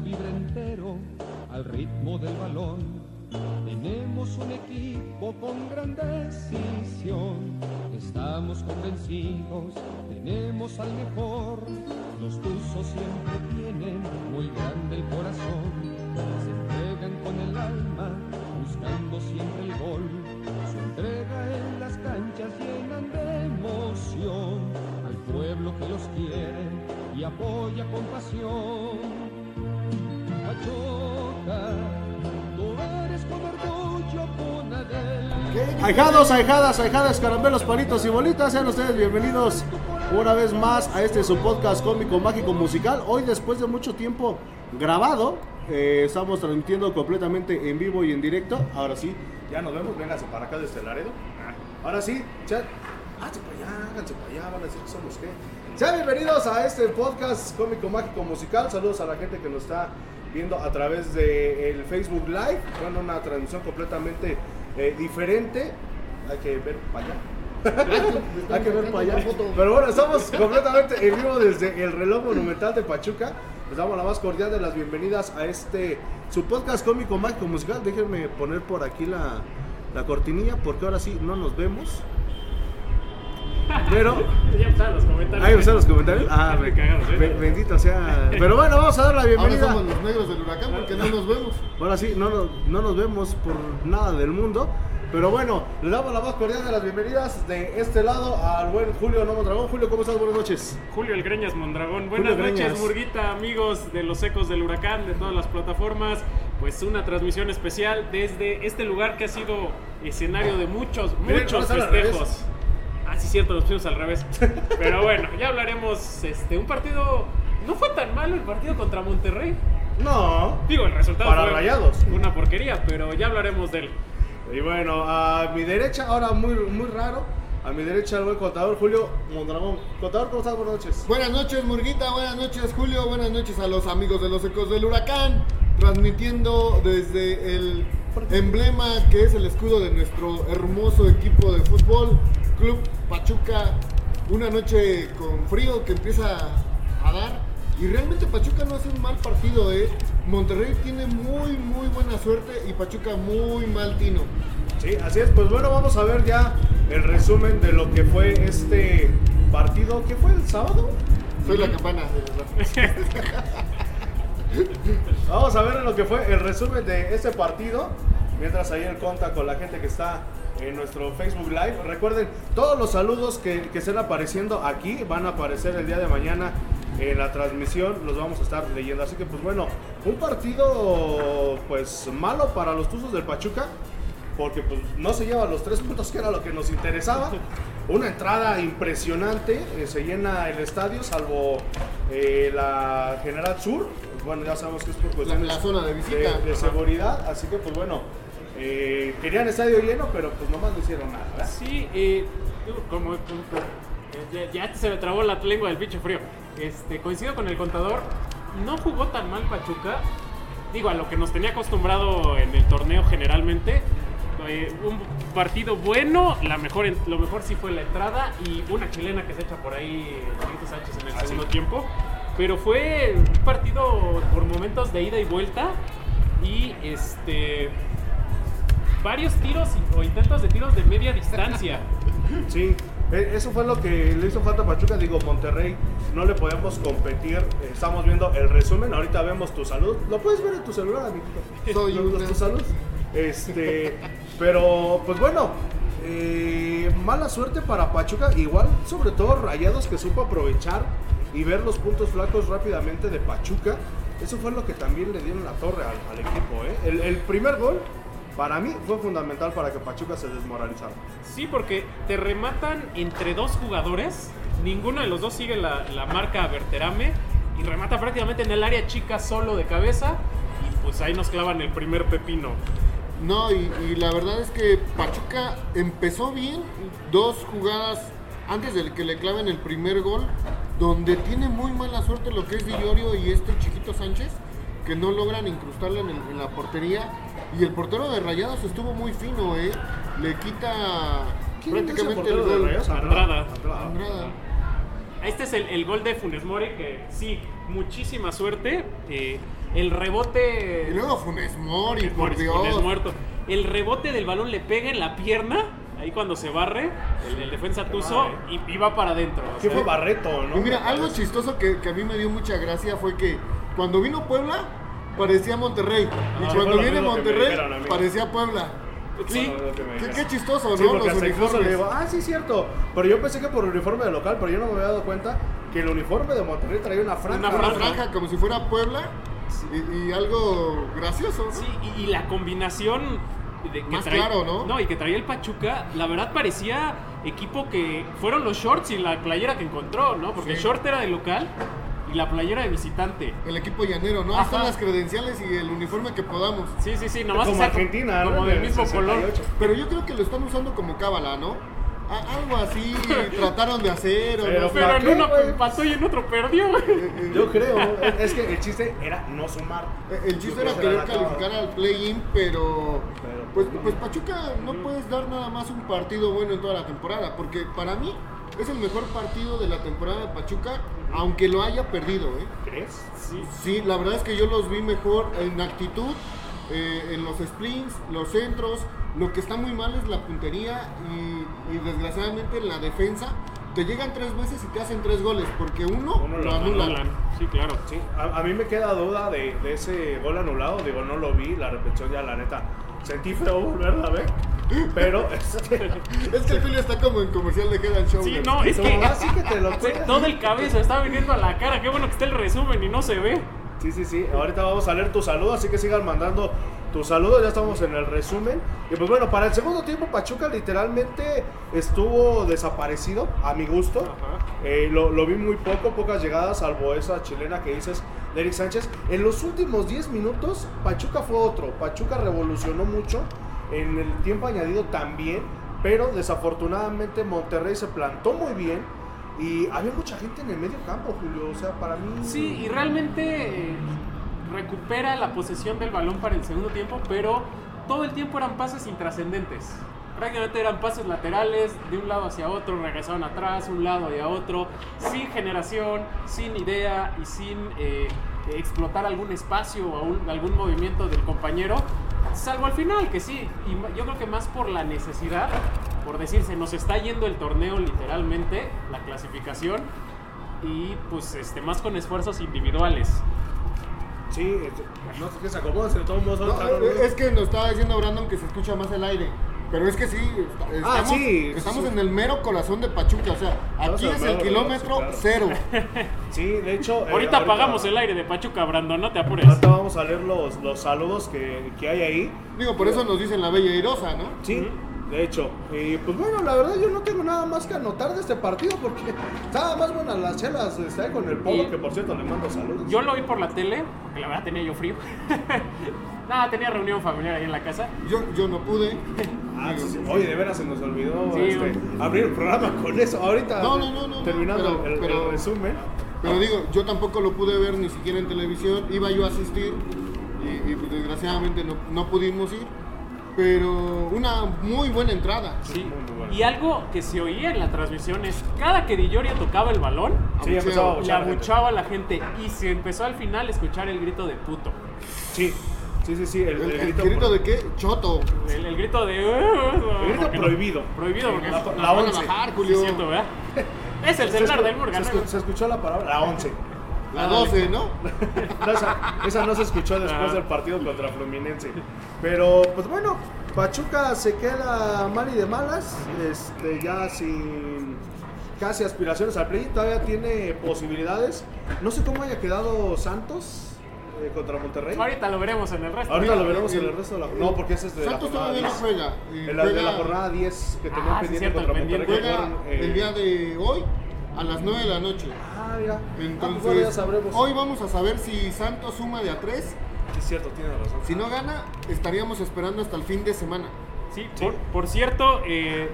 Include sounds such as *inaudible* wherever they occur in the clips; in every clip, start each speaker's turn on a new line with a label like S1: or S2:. S1: vibra entero al ritmo del balón. Tenemos un equipo con gran decisión. Estamos convencidos, tenemos al mejor. Los tuzos siempre tienen muy grande el corazón. Se entregan con el alma, buscando siempre el gol. Su entrega en las canchas llenan de emoción al pueblo que los quiere y apoya con pasión. Pachuca.
S2: Ahijados, ahijadas, ahijadas, caramelos, palitos y bolitas, sean ustedes bienvenidos una vez más a este su podcast cómico, mágico, musical. Hoy, después de mucho tiempo grabado, eh, estamos transmitiendo completamente en vivo y en directo. Ahora sí,
S3: ya nos vemos, vénganse para acá
S2: este
S3: desde Laredo. Ahora sí, chat, háganse para allá, háganse para allá, van a decir que somos qué. Sean bienvenidos a este podcast cómico, mágico, musical. Saludos a la gente que nos está viendo a través del el Facebook Live, con una transmisión completamente eh, diferente. Hay que ver para allá. Hay que ver para allá. Pero bueno, estamos completamente en vivo desde el reloj monumental de Pachuca. Les damos la más cordial de las bienvenidas a este su podcast cómico mágico musical. Déjenme poner por aquí la, la cortinilla porque ahora sí no nos vemos. Pero
S4: Ya empezaron los comentarios.
S3: ahí están los comentarios. Ah,
S4: Están
S3: be-
S4: de cagados, ¿eh?
S3: be- bendito sea. Pero bueno, vamos a dar la
S5: Ahora
S3: bienvenida.
S5: somos los negros del huracán porque no nos vemos.
S2: ahora sí, no, nos- no nos vemos por nada del mundo.
S3: Pero bueno, le damos la más cordial de las bienvenidas de este lado al buen Julio Nomo Dragón. Julio, ¿cómo estás? Buenas noches.
S4: Julio El Greñas Mondragón. Buenas
S3: Julio
S4: noches,
S3: Greñas.
S4: Burguita, amigos de los ecos del huracán, de todas las plataformas. Pues una transmisión especial desde este lugar que ha sido escenario de muchos,
S3: Miren,
S4: muchos
S3: ahora están al
S4: festejos. Ah, sí, cierto, los pusimos al
S3: *laughs*
S4: revés. Pero bueno, ya hablaremos. Este, un partido. No fue tan malo el partido contra Monterrey.
S3: No.
S4: Digo, el resultado
S3: Para
S4: fue
S3: Rayados.
S4: una porquería, pero ya hablaremos de él.
S3: Y bueno, a mi derecha, ahora muy, muy raro, a mi derecha el buen contador Julio Mondragón. Contador, ¿cómo estás? Buenas noches.
S5: Buenas noches, Murguita. Buenas noches, Julio. Buenas noches a los amigos de los Ecos del Huracán. Transmitiendo desde el emblema que es el escudo de nuestro hermoso equipo de fútbol, Club Pachuca. Una noche con frío que empieza a dar. Y realmente Pachuca no hace un mal partido, ¿eh? Monterrey tiene muy, muy buena suerte y Pachuca muy mal tino.
S3: Sí, así es. Pues bueno, vamos a ver ya el resumen de lo que fue este partido. ¿Qué fue el sábado?
S5: Soy la campana, de verdad.
S3: Vamos a ver lo que fue el resumen de este partido. Mientras ahí el conta con la gente que está en nuestro Facebook Live. Recuerden, todos los saludos que, que estén apareciendo aquí van a aparecer el día de mañana en la transmisión. Los vamos a estar leyendo. Así que pues bueno, un partido pues malo para los Tuzos del Pachuca. Porque pues no se lleva los tres puntos que era lo que nos interesaba. Una entrada impresionante, eh, se llena el estadio, salvo eh, la General Sur. Bueno, ya sabemos que es por
S5: La,
S3: cuestiones
S5: la zona de visita.
S3: de, de seguridad, así que pues bueno, eh, querían estadio lleno, pero pues nomás no hicieron nada, ¿verdad?
S4: Sí, eh, tú, como, como- como- eh, ya, ya se me trabó la lengua del pinche frío. Este, coincido con el contador, no jugó tan mal Pachuca. Digo, a lo que nos tenía acostumbrado en el torneo generalmente. Eh, un partido bueno, la mejor, en- lo mejor sí fue la entrada y una chilena que se echa por ahí Benito Sánchez en el segundo tiempo. Pero fue un partido por momentos de ida y vuelta. Y este. Varios tiros o intentos de tiros de media distancia.
S3: Sí, e- eso fue lo que le hizo falta a Pachuca. Digo, Monterrey, no le podemos competir. Eh, Estamos viendo el resumen. Ahorita vemos tu salud. Lo puedes ver en tu celular, amiguito.
S5: *laughs* Soy
S3: Lo- los
S5: una.
S3: tu salud.
S5: *laughs*
S3: Este, pero pues bueno, eh, mala suerte para Pachuca. Igual, sobre todo Rayados que supo aprovechar y ver los puntos flacos rápidamente de Pachuca. Eso fue lo que también le dieron la torre al, al equipo. ¿eh? El, el primer gol, para mí, fue fundamental para que Pachuca se desmoralizara.
S4: Sí, porque te rematan entre dos jugadores. Ninguno de los dos sigue la, la marca a Berterame. Y remata prácticamente en el área chica solo de cabeza. Y pues ahí nos clavan el primer pepino.
S5: No, y, y la verdad es que Pachuca empezó bien dos jugadas antes del que le claven el primer gol, donde tiene muy mala suerte lo que es Dillorio y este chiquito Sánchez, que no logran incrustarla en, el- en la portería. Y el portero de Rayados estuvo muy fino, ¿eh? Le quita
S3: ¿Quién es el
S5: prácticamente el
S3: portero de
S5: gol.
S3: Rayados?
S4: Andrada.
S5: Andrada.
S4: Este es el, el gol de Funes Mori, que sí, muchísima suerte. eh, el rebote.
S5: Y luego Funes Mori,
S4: Funes
S5: por
S4: Mori, Funes
S5: Dios.
S4: muerto. El rebote del balón le pega en la pierna, ahí cuando se barre, el, el defensa Tuzo, y, y va para adentro. o
S3: ¿Qué
S4: sea,
S3: fue Barreto, no?
S5: Y mira, algo chistoso que, que a mí me dio mucha gracia fue que cuando vino Puebla, parecía Monterrey. Y
S3: Ah, sí, fue
S5: cuando
S3: lo
S5: viene
S3: mismo que me
S5: Monterrey,
S3: dijeron a mí.
S5: parecía Puebla.
S4: sí,
S5: Qué, qué chistoso, ¿no?
S3: Sí, porque
S5: Los
S3: hasta incluso le
S5: uniformes.
S3: digo, ah, sí, cierto. Pero yo pensé que por el uniforme de local, pero yo no me había dado cuenta que el uniforme de Monterrey traía una franja.
S4: Una
S5: Una
S4: franja.
S5: franja como si fuera Puebla y, y algo gracioso. ¿no?
S4: Sí, y, y la combinación de, que
S5: Más
S4: traía-
S5: claro, ¿no?
S4: No, y que traía el Pachuca, la verdad parecía equipo que fueron los shorts y la playera que encontró, ¿no? Porque el
S5: Sí.
S4: short era de local y la playera de visitante.
S5: El equipo llanero, ¿no?
S4: Ajá.
S5: Están las credenciales y el uniforme que podamos.
S4: Sí, sí, sí, nomás
S3: Como
S4: que sea
S3: Argentina, ¿no?
S4: como
S3: En
S4: del
S3: el
S4: mismo
S3: 68.
S4: color.
S5: Pero yo creo que lo están usando como cábala, ¿no? A-
S3: *laughs*
S5: algo así trataron de hacer o
S3: Pero
S5: no sé.
S4: Pero
S3: ¿Para
S4: en
S3: qué,
S4: uno
S3: güey?
S4: empató y en otro perdió, güey.
S3: Yo creo. es- Es que el chiste era no sumar.
S5: Eh, El
S3: Yo
S5: chiste
S3: creo
S5: era
S3: que
S5: querer
S3: la clave.
S5: calificar al play-in, pero
S3: Pero,
S5: pues,
S3: pues, no.
S5: pues Pachuca no puedes dar nada más un partido bueno en toda la temporada, porque para mí es el mejor partido de la temporada de Pachuca, aunque lo haya perdido, ¿eh?
S3: ¿Crees?
S4: Sí.
S5: Sí, la verdad es que yo los vi mejor en actitud, eh, en los sprints, los centros. Lo que está muy mal es la puntería y, y desgraciadamente en la defensa. Te llegan tres veces y te hacen tres goles, porque uno,
S3: Uno
S5: lo
S3: lo
S5: anulan.
S4: Sí, claro.
S3: Sí, a, a mí me queda duda de, de ese gol anulado. Digo, no lo vi, la repetición ya, la neta. Sentí feo volverla a ver. Pero, *laughs* este.
S5: Es que el Julio está como en comercial de Head and
S4: Sí,
S5: Shoulders.
S4: no, es
S3: no,
S4: que
S3: así que te lo
S4: fue todo el cabeza está viniendo a la cara. Qué bueno que está el resumen y no se ve.
S3: Sí, sí, sí. Ahorita vamos a leer tu saludo, así que sigan mandando tus saludos. Ya estamos en el resumen. Y pues bueno, para el segundo tiempo, Pachuca literalmente estuvo desaparecido, a mi gusto.
S4: Ajá.
S3: Eh, lo, lo vi muy poco, pocas llegadas, salvo esa chilena que dices de Eric Sánchez. En los últimos 10 minutos, Pachuca fue otro. Pachuca revolucionó mucho. En el tiempo añadido también. Pero desafortunadamente, Monterrey se plantó muy bien. Y había mucha gente en el medio campo, Julio. O sea, para mí.
S4: Sí, y realmente eh, recupera la posesión del balón para el segundo tiempo, pero todo el tiempo eran pases intrascendentes. Prácticamente eran pases laterales, de un lado hacia otro, regresaban atrás, un lado y a otro, sin generación, sin idea y sin eh, explotar algún espacio o un- algún movimiento del compañero, salvo al final, que sí, y ma- yo creo que más por la necesidad, por decirse, nos está yendo el torneo literalmente, la clasificación, y pues este más con esfuerzos individuales.
S3: Eh, Sí, este, no sé qué se acomodan, de todos modos son
S5: No,
S3: tan
S5: eh,
S3: horribles.
S5: es que nos estaba diciendo Brandon que se escucha más el aire. Pero es que sí, est- estamos,
S3: Ah, sí,
S5: estamos
S3: sí.
S5: en el mero corazón de Pachuca. O sea,
S3: Estamos
S5: aquí
S3: en el
S5: es el
S3: mero
S5: kilómetro
S3: corazón,
S5: cero.
S3: *laughs* Sí, de hecho. eh,
S4: ahorita apagamos el aire de Pachuca, Brandon, no te apures.
S3: Ahorita vamos a leer los, los saludos que, que hay ahí.
S5: Digo, por eso nos dicen la bella irosa, ¿no?
S3: Sí, de hecho. Y pues bueno, la verdad yo no tengo nada más que anotar de este partido porque estaba más buenas las chelas está ahí con el polo,
S4: Y-
S3: que por cierto le mando saludos.
S4: Yo lo vi por la tele, porque la verdad tenía yo frío. *laughs* Nada, tenía reunión familiar ahí en la casa.
S5: Yo, yo no pude.
S3: *laughs* Ah,
S5: Digo,
S3: sí, oye, de veras se nos olvidó
S4: Sí,
S3: este,
S4: güey.
S3: abrir el programa con eso. Ahorita,
S5: No, no, no, no, no,
S3: terminando
S5: pero-
S3: el- el,
S5: pero-
S3: resumen.
S5: Pero digo, yo tampoco lo pude ver ni siquiera en televisión. Iba yo a asistir y, y, pues, desgraciadamente no, no pudimos ir. Pero una muy buena entrada.
S4: Sí.
S3: muy, muy bueno.
S4: Y algo que se oía en la transmisión es cada que Di Lloria tocaba el balón,
S3: Sí, empezaba a
S4: la
S3: buchar gente.
S4: abuchaba a la gente y se empezó al final a escuchar el grito de puto.
S3: Sí, sí, sí, sí. El,
S5: ¿El,
S3: el
S5: el
S3: grito
S5: grito
S3: por-
S5: de qué? Choto.
S4: El, el grito de
S3: el grito
S4: porque no-
S3: prohibido.
S4: prohibido porque
S3: La-
S4: nos
S3: la
S4: van a
S3: once.
S4: bajar,
S5: Julio.
S4: Sí, es cierto, ¿verdad? Es el celular
S3: escu-
S4: del Morgan.
S3: se
S4: ¿no?
S3: escu- se escuchó la palabra, la 11. Ah,
S5: La 12, ¿no?
S3: *laughs* No, esa, esa no se escuchó después
S4: Ah.
S3: del partido contra Fluminense. Pero, pues bueno, Pachuca se queda mal y de malas. Este, ya sin casi aspiraciones al play. Todavía tiene posibilidades. No sé cómo haya quedado Santos eh, contra Monterrey.
S4: Ahorita lo veremos en el resto.
S3: Ahorita lo veremos en el resto de la No, porque ese es de
S5: Santos
S3: la jornada
S5: todavía no
S3: 10.
S5: juega. Eh,
S3: En la, de la
S5: juega-
S3: jornada 10 que tenían
S4: Ah, sí,
S3: pendiente
S4: cierto,
S3: contra
S4: el
S3: Monterrey.
S4: pendiente.
S3: que
S5: Juega
S3: fueron, eh,
S5: el día de hoy a las 9 de la noche.
S3: Ah, mira. Ah, pues bueno, ya
S5: Entonces,
S3: sabremos.
S5: hoy vamos a saber si Santos suma de a 3.
S3: Sí, Es cierto, tiene razón.
S5: Si no gana, estaríamos esperando hasta el fin de semana.
S4: Sí, Por, por cierto, eh,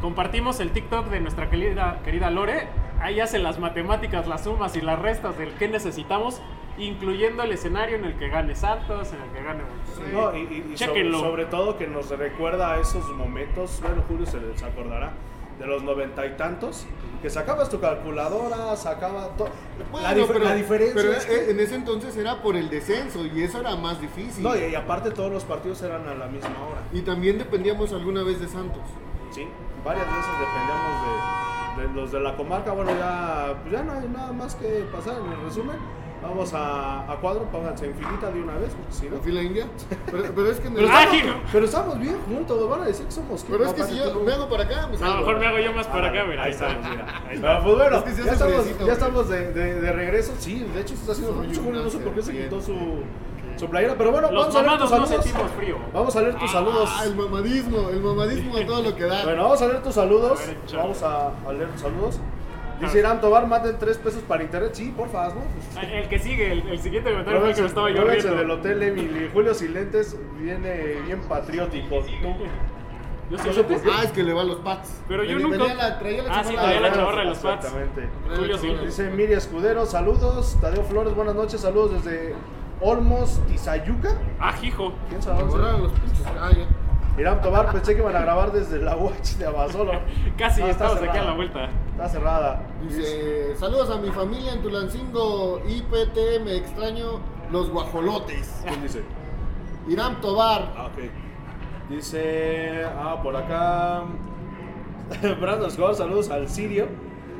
S4: compartimos el TikTok de nuestra querida, querida Lore. Ahí hacen las matemáticas, las sumas y las restas del que necesitamos, incluyendo el escenario en el que gane Santos, en el que gane Monterrey.
S3: No, y, y- y sobre,
S4: Chéquenlo.
S3: sobre todo que nos recuerda a esos momentos, bueno, Julio se les acordará, de los noventa y tantos, que sacabas tu calculadora, sacaba todo.
S5: Bueno,
S3: la, dif-
S5: pero-
S3: la diferencia
S5: pero
S3: es que-
S5: e- en e-, ese entonces era por el descenso y eso era más difícil.
S3: No, y, y aparte todos los partidos eran a la misma hora,
S5: Y también dependíamos alguna vez de Santos.
S3: ¿sí? Varias veces dependíamos de, de los de la comarca. Bueno, ya, pues ya no hay nada más que pasar en el resumen. Vamos a, a cuadro, pónganse infinita de una vez, porque si no...
S5: ¿La fila india? Pero, pero es que en
S3: *laughs*
S5: el-
S4: Pero ágil.
S3: Pero estamos bien juntos, nos van a decir que somos...
S5: Pero es que si yo
S3: tú-
S5: me hago para acá, me
S4: A lo
S5: salgo.
S4: mejor me hago yo más
S3: Ah,
S4: para acá,
S3: vale,
S4: mira.
S3: Ahí
S4: ahí está.
S3: estamos, mira. Ahí está. Pues bueno,
S5: Es que se
S3: ya
S5: hace
S3: estamos,
S5: fresito,
S3: ya
S5: güey.
S3: estamos de, de- de regreso. Sí, de hecho se está haciendo
S5: Soy
S3: mucho
S5: un
S3: julio, no sé
S5: máster,
S3: por qué se
S5: bien.
S3: quitó su, su playera. Pero bueno,
S4: Los
S3: vamos a leer tus
S4: mamados no
S3: saludos.
S4: sentimos frío.
S3: Vamos a leer tus saludos.
S5: Ah, el mamadismo, el mamadismo a todo lo que da.
S3: Bueno, vamos a leer tus saludos.
S4: A ver, échale.
S3: Vamos a, a leer tus saludos. Dice Irán Tobar, maten 3 pesos para internet. Sí, porfa, hazlo.
S4: Ah, El que sigue, el, el siguiente comentario fue el que
S3: Róbense-
S4: me estaba
S3: róbense del
S4: lloviendo.
S3: hotel Emily. Julio Silentes viene bien patriótico. Tú-
S4: Yo
S3: No
S4: soy
S3: sé por qué.
S5: Ah, es que le va a los Pats.
S4: Pero yo
S5: Venía-
S4: nunca-
S5: venía la- traía la
S4: Ah, sí,
S5: chamarra
S4: traía la
S5: de-
S4: chamarra de los Pats.
S3: Exactamente.
S4: Julio Silvestre.
S3: Dice Miri Escudero, saludos. Tadeo Flores, buenas noches, saludos desde Olmos, Tizayuca.
S4: Ah, hijo.
S3: ¿Quién
S5: Me
S3: sabe
S5: borraron
S3: dónde?
S5: los pinches. Ah, ya.
S3: Irán Tobar, pensé que iban a grabar desde la UACH de Abasolo.
S4: *laughs* Casi
S3: No, está
S4: estamos aquí a
S3: cerrada.
S4: la vuelta.
S3: Está cerrada.
S5: Dice, saludos a mi familia en Tulancingo, IPT, me extraño los guajolotes.
S3: ¿Quién dice?
S5: Irán Tobar.
S3: Ah, ok. Dice, ah, por acá. *laughs* Brandon Scott, saludos al Sirio.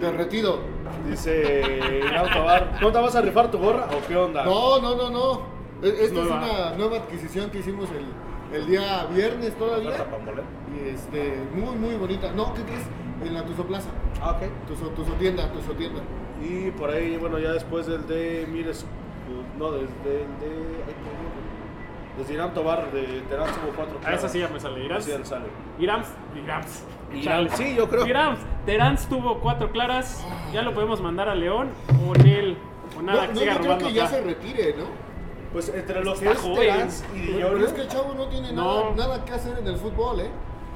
S5: Derretido.
S3: Dice Irán Tobar, ¿no te vas a rifar tu gorra o qué onda?
S5: No, no, no, no. E- Esta
S4: Nueva.
S5: es una nueva adquisición que hicimos el, el día viernes
S3: ¿No está
S5: todavía.
S3: pambolero?
S5: Y este, muy, muy bonita. No, ¿qué crees? En la Tuzo Plaza.
S3: Ah, ok.
S5: Tuzo, Tuzo tienda, Tuzo tienda.
S3: Y por ahí, bueno, ya después del de Miles, no, desde el de. ay, perdón, Desde Irán Tobar, de Terán hubo cuatro.
S4: A Ah, esa sí ya me sale. Irams.
S3: Sí, él sale.
S4: Irams. Irams.
S3: Irams,
S4: Chale.
S3: sí, yo creo.
S4: Irams. Terans tuvo cuatro claras. Ya lo podemos mandar a León o Nel. O nada,
S5: no,
S4: que
S5: no,
S4: siga
S5: yo creo
S4: robando
S5: que ya
S4: acá.
S5: se retire, ¿no?
S3: Pues entre los que
S4: Está
S3: es
S4: joven.
S3: Terán y
S5: Pero,
S3: Dillorio.
S5: es que el chavo no tiene
S4: No.
S5: Nada, nada que hacer en el fútbol, ¿eh?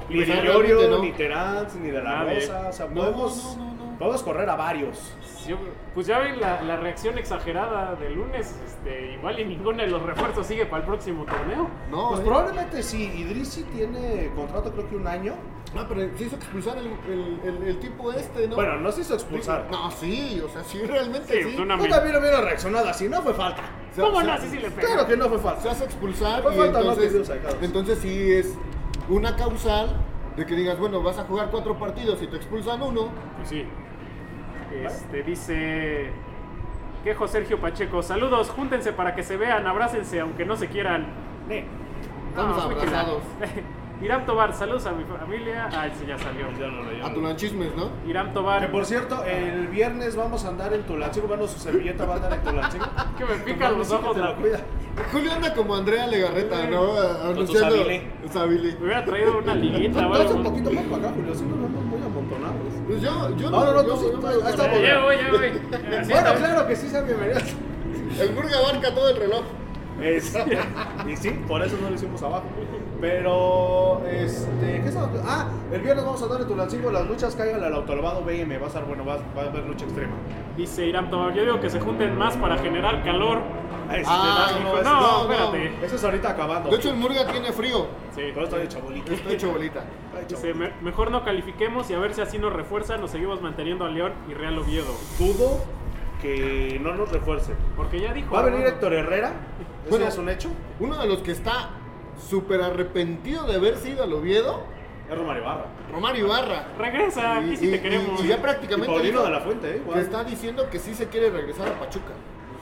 S3: Ni
S5: o sea,
S3: de Llorio,
S5: realmente no.
S3: ni Terán, ni de la
S4: Nadie.
S3: Rosa. O sea,
S5: No,
S3: podemos,
S5: no, no, no.
S3: podemos correr a varios.
S4: Yo- pues ya ven la, la reacción exagerada del lunes. Este, igual y ninguno de los refuerzos sigue para el próximo torneo.
S5: No,
S3: pues
S5: ¿eh?
S3: probablemente sí. Idrisi tiene contrato, creo que un año.
S5: No, pero se hizo expulsar el, el, el- el tipo este, ¿no?
S3: Bueno, no se hizo expulsar.
S5: No, sí, o sea, sí, realmente
S4: Sí,
S5: sí.
S4: pues una
S3: Tú
S4: mil-
S3: también hubiera reaccionado así, no fue falta.
S5: Se-
S4: ¿Cómo
S5: se-
S4: no? Así sí le pega.
S3: Claro que no fue
S5: Se
S3: falta.
S5: hace expulsar
S3: Fue
S5: y
S3: falta, ¿no?
S5: entonces,
S3: Que dio sacados.
S5: entonces sí es una causal de que digas, bueno, vas a jugar cuatro partidos y te expulsan uno.
S4: Pues sí. Este, dice. Quejo Sergio Pacheco. Saludos, júntense para que se vean, abrácense aunque no se quieran.
S3: Ne.
S5: Estamos
S4: Ah, muy
S5: abrazados.
S4: claro. *laughs* Irán Tobar, saludos a mi familia. Ah, ese ya salió.
S3: Ya no leí.
S5: A Tulanchismes, ¿no?
S4: Irán
S3: Que
S4: Tobar.
S3: por cierto, el viernes vamos a andar en Tulancingo. Bueno, su servilleta va a andar en Tulancingo.
S4: Que me pican los
S3: Sí, que
S4: ojos.
S3: te
S4: la-
S3: la cuida.
S5: Julio anda como Andrea Legarreta, ¿no? A-
S3: Con tu
S5: Anunciando.
S3: Sabile.
S5: Sabile.
S4: Me hubiera traído una liguita,
S3: Traes
S4: bueno.
S3: un poquito más para acá, Julio. Si no, no, no, muy amontonado.
S5: Pues yo, yo
S3: No, no, no,
S5: yo-
S3: tú sí,
S5: yo-
S3: tú- ahí está,
S4: Ya, ya voy, ya voy.
S5: *laughs*
S4: Así
S3: Bueno,
S4: está.
S3: claro que sí, sean bienvenidos.
S5: El Burga abarca todo el reloj.
S3: Este, *laughs* y sí, por eso no lo hicimos abajo. Pero, este, ¿qué estaba? Ah, el viernes vamos a andar en Tulancingo. Las luchas caigan al autolavado BM. Va a estar bueno, va, va a haber lucha extrema.
S4: Dice Irán Tobar. Yo digo que se junten más para generar calor.
S3: Este,
S5: Ah,
S3: no,
S4: Dijo,
S3: este,
S4: no,
S5: no,
S4: espérate.
S3: Eso es ahorita acabando.
S5: De hecho, el Murga tiene frío.
S4: Sí.
S3: Pero está de chabolito.
S5: Está hecho bolita.
S3: Ay,
S4: Dice,
S3: chabolito.
S4: "Me- mejor no califiquemos y a ver si así nos refuerza, nos seguimos manteniendo a León y Real Oviedo.
S3: Dudo que no nos refuercen.
S4: Porque ya dijo.
S3: Va a venir
S4: Armando,
S3: Héctor Herrera. Eso
S5: Bueno.
S3: ya es un hecho.
S5: Uno de los que está súper arrepentido de haber sido al Oviedo,
S3: Es Romario Barra.
S5: Romario Ibarra.
S3: Ah,
S4: Regresa, aquí sí
S5: Y-
S4: te
S5: y-
S4: queremos.
S5: y ya
S3: Y
S5: prácticamente
S3: Paulino
S5: dijo
S3: de la Fuente, ¿eh?
S5: que
S3: Igual.
S5: está diciendo que sí se quiere regresar a Pachuca.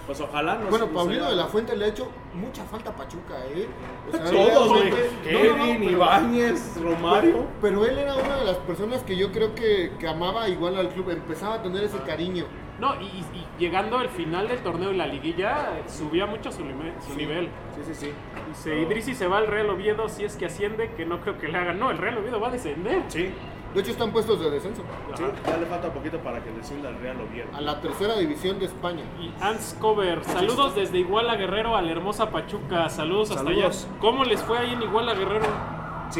S3: Pues ojalá no
S5: Bueno,
S3: no
S5: Paulino
S3: sea-
S5: de la Fuente le ha hecho mucha falta a Pachuca, ¿eh? O sea,
S3: Todos, güey.
S5: realmente-
S3: Kevin,
S5: No, no, no, pero-
S3: Ibáñez, Romario.
S5: Pero él era una de las personas que yo creo que, que amaba igual al club, empezaba a tener ese cariño.
S4: No, y, y llegando al final del torneo y la liguilla, eh, subía mucho su, lime- su nivel.
S3: Sí, sí, sí.
S4: Dice, Idrisi se va al Real Oviedo si es que asciende, que no creo que le hagan. No, el Real Oviedo va a descender.
S3: Sí,
S5: De hecho, están puestos de descenso
S3: sí.
S4: Ajá.
S3: Ya le falta poquito para que descienda el Real Oviedo.
S5: a la tercera división de España.
S4: Y Hans Cover, saludos desde Iguala Guerrero a la hermosa Pachuca. Saludos,
S3: Saludos.
S4: hasta allá. ¿Cómo les fue ahí en Iguala Guerrero?
S3: Sí,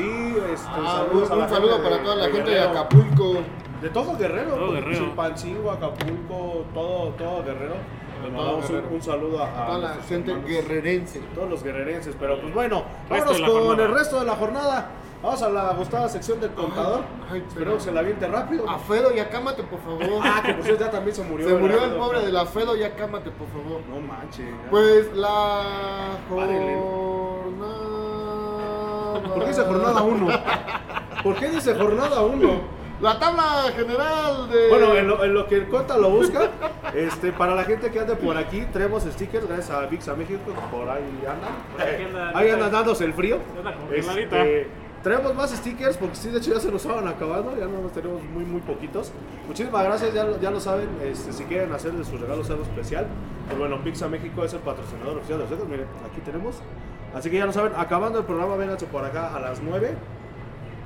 S3: este,
S5: Ah, un,
S3: saludos a la
S5: un saludo
S3: gente
S5: para toda la gente de
S3: Guerrero.
S5: Acapulco.
S3: De todo Guerrero.
S4: Todo Guerrero.
S3: Chilpancingo, Acapulco, todo, todo Guerrero. Le
S5: Todo
S3: mandamos un,
S5: Guerrero.
S3: un saludo a, a
S5: toda la
S3: nuestros
S5: gente
S3: Ah, hermanos.
S5: guerrerense.
S3: todos los guerrerenses. Pero pues bueno,
S4: Resto de
S3: vámonos
S4: la
S3: con
S4: jornada.
S3: el resto de la jornada. Vamos a la gustada sección del contador.
S5: ay,
S3: Espero que se la aviente rápido.
S5: A Fedo, ya cámate, por favor.
S3: *laughs* Ah, que por cierto ya también se murió.
S5: Se murió el
S3: ¿verdad?
S5: pobre de la Fedo, ya cámate, por favor.
S3: No manches. ya.
S5: Pues la
S3: Párele.
S5: jornada.
S3: ¿Por qué dice jornada 1?
S5: *laughs*
S3: ¿Por qué dice jornada 1?
S5: La tabla general de.
S3: Bueno, en lo, en lo que el Cota lo busca, este, para la gente que anda por aquí, traemos stickers gracias a Vixa México, por ahí
S4: Por aquí andan.
S3: andan. Ahí andan dándose el frío.
S4: Anda con
S3: Este,
S4: heladita.
S3: traemos más stickers porque sí, de hecho ya se nos estaban acabando, ya no nos tenemos muy, muy poquitos. Muchísimas gracias, ya, lo- ya lo saben, este, si quieren hacerle sus regalos algo especial, pues bueno, Pixa México es el patrocinador oficial de ustedes, miren, aquí tenemos. Así que ya lo saben, acabando el programa, vénganse por acá a las 9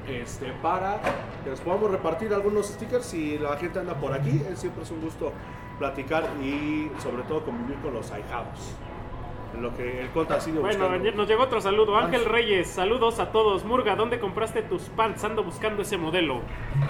S3: este, para que nos podamos repartir algunos stickers si la gente anda por aquí. eh, siempre es un gusto platicar y sobre todo convivir con los ahijados. En lo que el Cota ha sido
S4: Bueno,
S3: buscando.
S4: nos llegó otro saludo. Ángel Reyes, saludos a todos. Murga, ¿dónde compraste tus pants? Ando buscando ese modelo.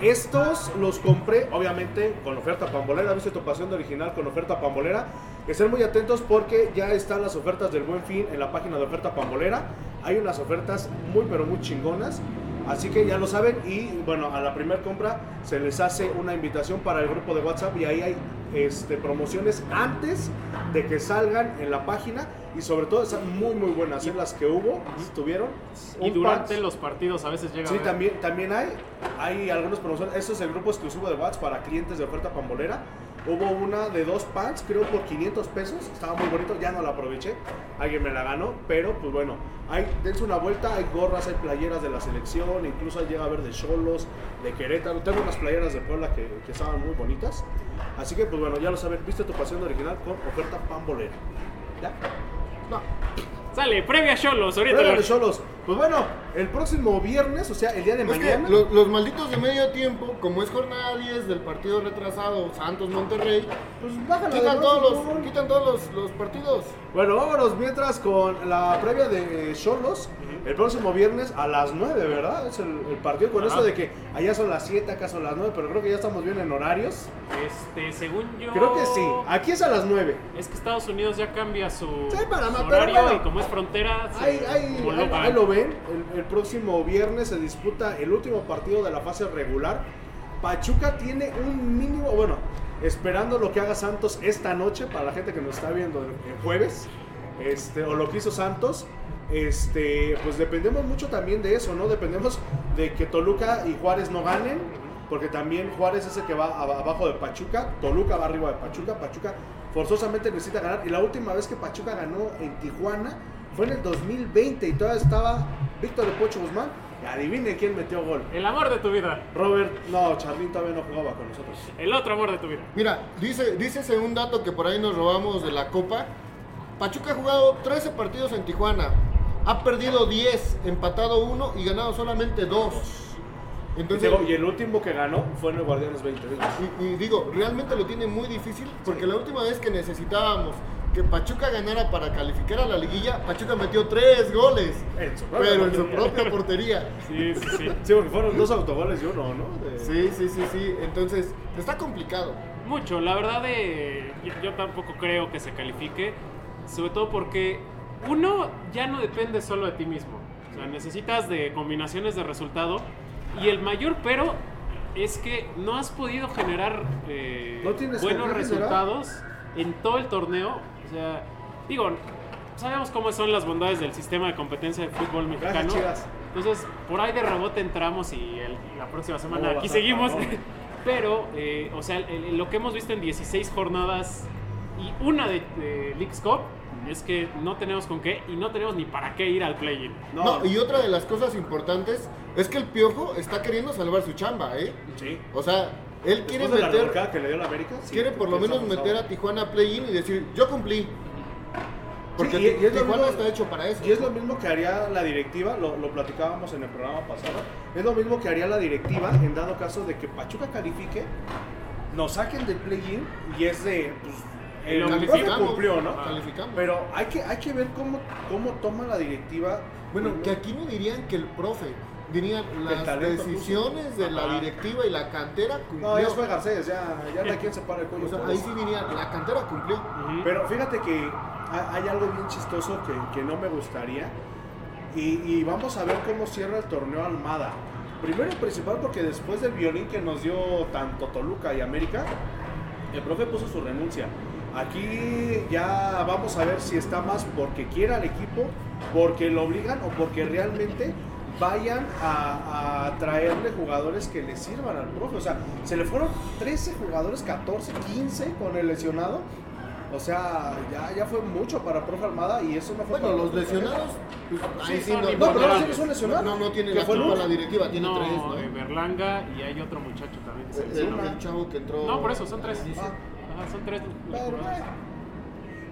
S3: Estos los compré, obviamente, con oferta pambolera. Viste tu pasión de original con oferta pambolera. Estén muy atentos porque ya están las ofertas del Buen Fin en la página de oferta pambolera. Hay unas ofertas muy, pero muy chingonas. Así que ya lo saben. Y bueno, a la primera compra se les hace una invitación para el grupo de WhatsApp. Y ahí hay este, promociones antes de que salgan en la página. Y sobre todo están muy, muy buenas. En las que hubo, estuvieron.
S4: Y
S3: Un
S4: durante
S3: pack-
S4: los partidos a veces llega.
S3: Sí,
S4: a ver.
S3: también, también hay, hay algunos promociones. Esto es el grupo exclusivo de WhatsApp para clientes de oferta pambolera. Hubo una de dos pants, creo por 500 pesos. Estaba muy bonito, ya no la aproveché. Alguien me la ganó, pero pues bueno, hay, dense una vuelta. Hay gorras, hay playeras de la selección, incluso llega a haber de Cholos, de Querétaro. Tengo unas playeras de Puebla que, que estaban muy bonitas. Así que pues bueno, ya lo saben, viste tu pasión original con oferta pambolera. ¿Ya?
S4: Sale, previa Cholos, ahorita.
S3: Pero
S4: lo-
S3: de Cholos. Pues bueno, el próximo viernes, o sea, el día de
S5: Es que
S3: mañana.
S5: lo- los malditos de medio tiempo, como es jornada 10 del partido retrasado Santos Monterrey,
S3: Pues bájala
S5: quitan
S3: de
S5: todos
S3: Bronco,
S5: los,
S3: ¿no?
S5: quitan todos los, los partidos.
S3: Bueno, vámonos mientras con la previa de Cholos. El próximo viernes a las 9, ¿verdad? Es el, el partido con
S4: Ajá.
S3: eso de que allá son las 7, acá son las 9, pero creo que ya estamos bien en horarios.
S4: Este, según yo.
S3: Creo que sí. Aquí es a las 9.
S4: Es que Estados Unidos ya cambia su,
S3: Sí, para
S4: su
S3: matar,
S4: horario
S3: bueno.
S4: y como es frontera. se
S3: Ahí, ahí- ahí-
S4: homologa.
S3: ahí lo ven. El, el próximo viernes se disputa el último partido de la fase regular. Pachuca tiene un mínimo, bueno, esperando lo que haga Santos esta noche para la gente que nos está viendo en en jueves, este, o lo que hizo Santos. Este, pues dependemos mucho también de eso, ¿no? Dependemos de que Toluca y Juárez no ganen, porque también Juárez es el que va ab- abajo de Pachuca, Toluca va arriba de Pachuca, Pachuca forzosamente necesita ganar. Y la última vez que Pachuca ganó en Tijuana fue en el 2020 y todavía estaba Víctor de Pocho Guzmán. Y adivinen quién metió gol.
S4: El amor de tu vida.
S3: Robert, no, Charlín todavía no jugaba con nosotros.
S4: El otro amor de tu vida.
S5: Mira, dice, dícese un dato que por ahí nos robamos de la Copa. Pachuca ha jugado 13 partidos en Tijuana. Ha perdido 10, empatado 1 y ganado solamente 2. Entonces,
S3: y el último que ganó fue en el Guardianes 20. digo.
S5: y, y digo, realmente lo tiene muy difícil porque la última vez que necesitábamos que Pachuca ganara para calificar a la liguilla, Pachuca metió 3 goles.
S3: En su propia
S5: Pero en su
S3: portería.
S5: propia portería.
S4: Sí, sí, sí.
S3: Sí, porque fueron dos autogoles y uno, ¿no? De-
S5: Sí, sí, sí, sí. Entonces, está complicado.
S4: Mucho, la verdad eh, yo, yo tampoco creo que se califique, sobre todo porque uno ya no depende solo de ti mismo, o sea, necesitas de combinaciones de resultado y el mayor pero es que no has podido generar eh,
S3: No tienes que
S4: buenos
S3: generar.
S4: resultados en todo el torneo, o sea, digo, sabemos cómo son las bondades del sistema de competencia de fútbol
S3: Gracias,
S4: mexicano.
S3: Chivas.
S4: Entonces, por ahí de rebote entramos y el- la próxima semana
S3: No,
S4: aquí
S3: no,
S4: seguimos.
S3: no.
S4: Pero, eh, o sea, el- el- lo que hemos visto en 16 jornadas y una de, de Leagues Cup es que no tenemos con qué y no tenemos ni para qué ir al play-in.
S5: No, y otra de las cosas importantes es que el Piojo está queriendo salvar su chamba, ¿eh?
S3: Sí.
S5: O sea, él quiere
S3: Después de la
S5: meter,
S3: revolcada que le dio la América? sí,
S5: quiere por lo menos
S3: pensamos,
S5: meter
S3: ¿no?
S5: a Tijuana a play-in y decir, yo cumplí. Porque
S3: Sí, y- y es lo
S5: Tijuana
S3: mismo-
S5: está hecho para eso.
S3: Y es lo mismo que haría la directiva, lo, lo platicábamos en el programa pasado, es lo mismo que haría la directiva en dado caso de que Pachuca califique, nos saquen del play-in y es de, pues, el
S4: Lo
S3: profe
S5: calificamos,
S3: cumplió, ¿no?
S5: calificamos.
S3: Pero hay que, hay que ver cómo, cómo toma la directiva.
S5: Bueno, que aquí no dirían que el profe, dirían las
S3: talento puso.
S5: decisiones de la
S4: Ajá.
S5: directiva y la cantera cumplió.
S3: No, ya fue Garcés, ya, ya no hay quien se para el cuello.
S5: O sea,
S3: Pues,
S5: ahí sí dirían, la cantera cumplió.
S4: Ujú.
S3: Pero fíjate que ha- hay algo bien chistoso que, que no me gustaría. Y, y vamos a ver cómo cierra el torneo Almada. Primero y principal porque después del violín que nos dio tanto Toluca y América, el profe puso su renuncia. Aquí ya vamos a ver si está más porque quiera el equipo, porque lo obligan o porque realmente vayan a, a traerle jugadores que le sirvan al profe. O sea, se le fueron 13 jugadores, 14, 15 con el lesionado. O sea, ya, ya fue mucho para profe Armada y eso no fue
S5: Bueno,
S3: para
S5: los
S3: profe.
S5: lesionados. pues, ahí
S4: Sí,
S5: sí,
S4: son
S5: no,
S4: importantes.
S5: no,
S4: No, pero sí
S3: son lesionados.
S5: No, no tiene
S3: ¿Que
S5: la
S3: fue el
S5: culpa
S3: uno?
S5: la directiva, tiene
S4: no,
S5: tres, ¿no?
S4: eh, Berlanga y hay otro muchacho también que se
S5: El-
S4: lesionó.
S5: El, el chavo que entró.
S4: No, por eso, son tres.
S5: eh, Ah,
S4: Ajá, son tres.
S3: Pero, eh.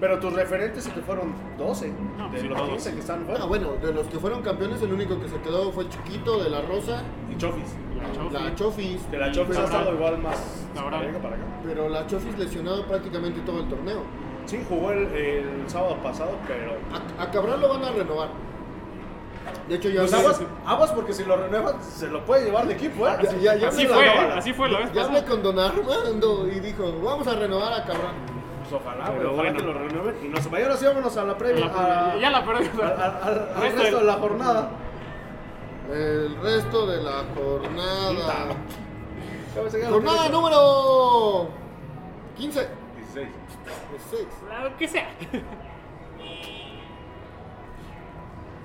S3: Pero tus referentes se te fueron 12.
S4: No,
S3: de
S4: sí,
S3: los
S4: sí.
S3: 12 que están fuera.
S5: Bueno, bueno, de los que fueron campeones, el único que se quedó fue Chiquito de la Rosa,
S3: Y Chofis.
S4: La Chofi.
S5: la Chofis.
S3: Que la Chofis
S4: Y
S3: ha
S4: Cabral.
S3: estado igual más
S4: Cabral.
S3: para acá, para acá.
S5: Pero la Chofis lesionado prácticamente todo el torneo.
S3: Sí, jugó el, el sábado pasado, pero.
S5: A, a Cabral lo van a renovar. De hecho, ya
S3: Pues
S5: hablé-
S3: aguas, aguas porque si lo renuevan se lo puede llevar de equipo, ¿eh?
S5: Ya- ya- ya
S4: así
S5: me la
S4: fue,
S3: acaban.
S4: así fue la vez
S5: ya hablé
S4: pasada.
S5: con Don Armando y dijo: Vamos a renovar a Cabral.
S3: Pues ojalá,
S4: Pero
S3: pero ojalá
S4: bueno.
S3: que lo renueven. Y nos vaya, ahora sí vámonos a la previa.
S4: La-
S5: Ah.
S3: a-
S4: ya la perdí.
S3: al- al- al- al
S4: Resto
S3: resto de
S4: del-
S3: la jornada.
S5: El resto de la jornada. Jornada
S3: Jornada
S5: número 15.
S3: 16.
S5: 16.
S4: Lo que sea. *laughs*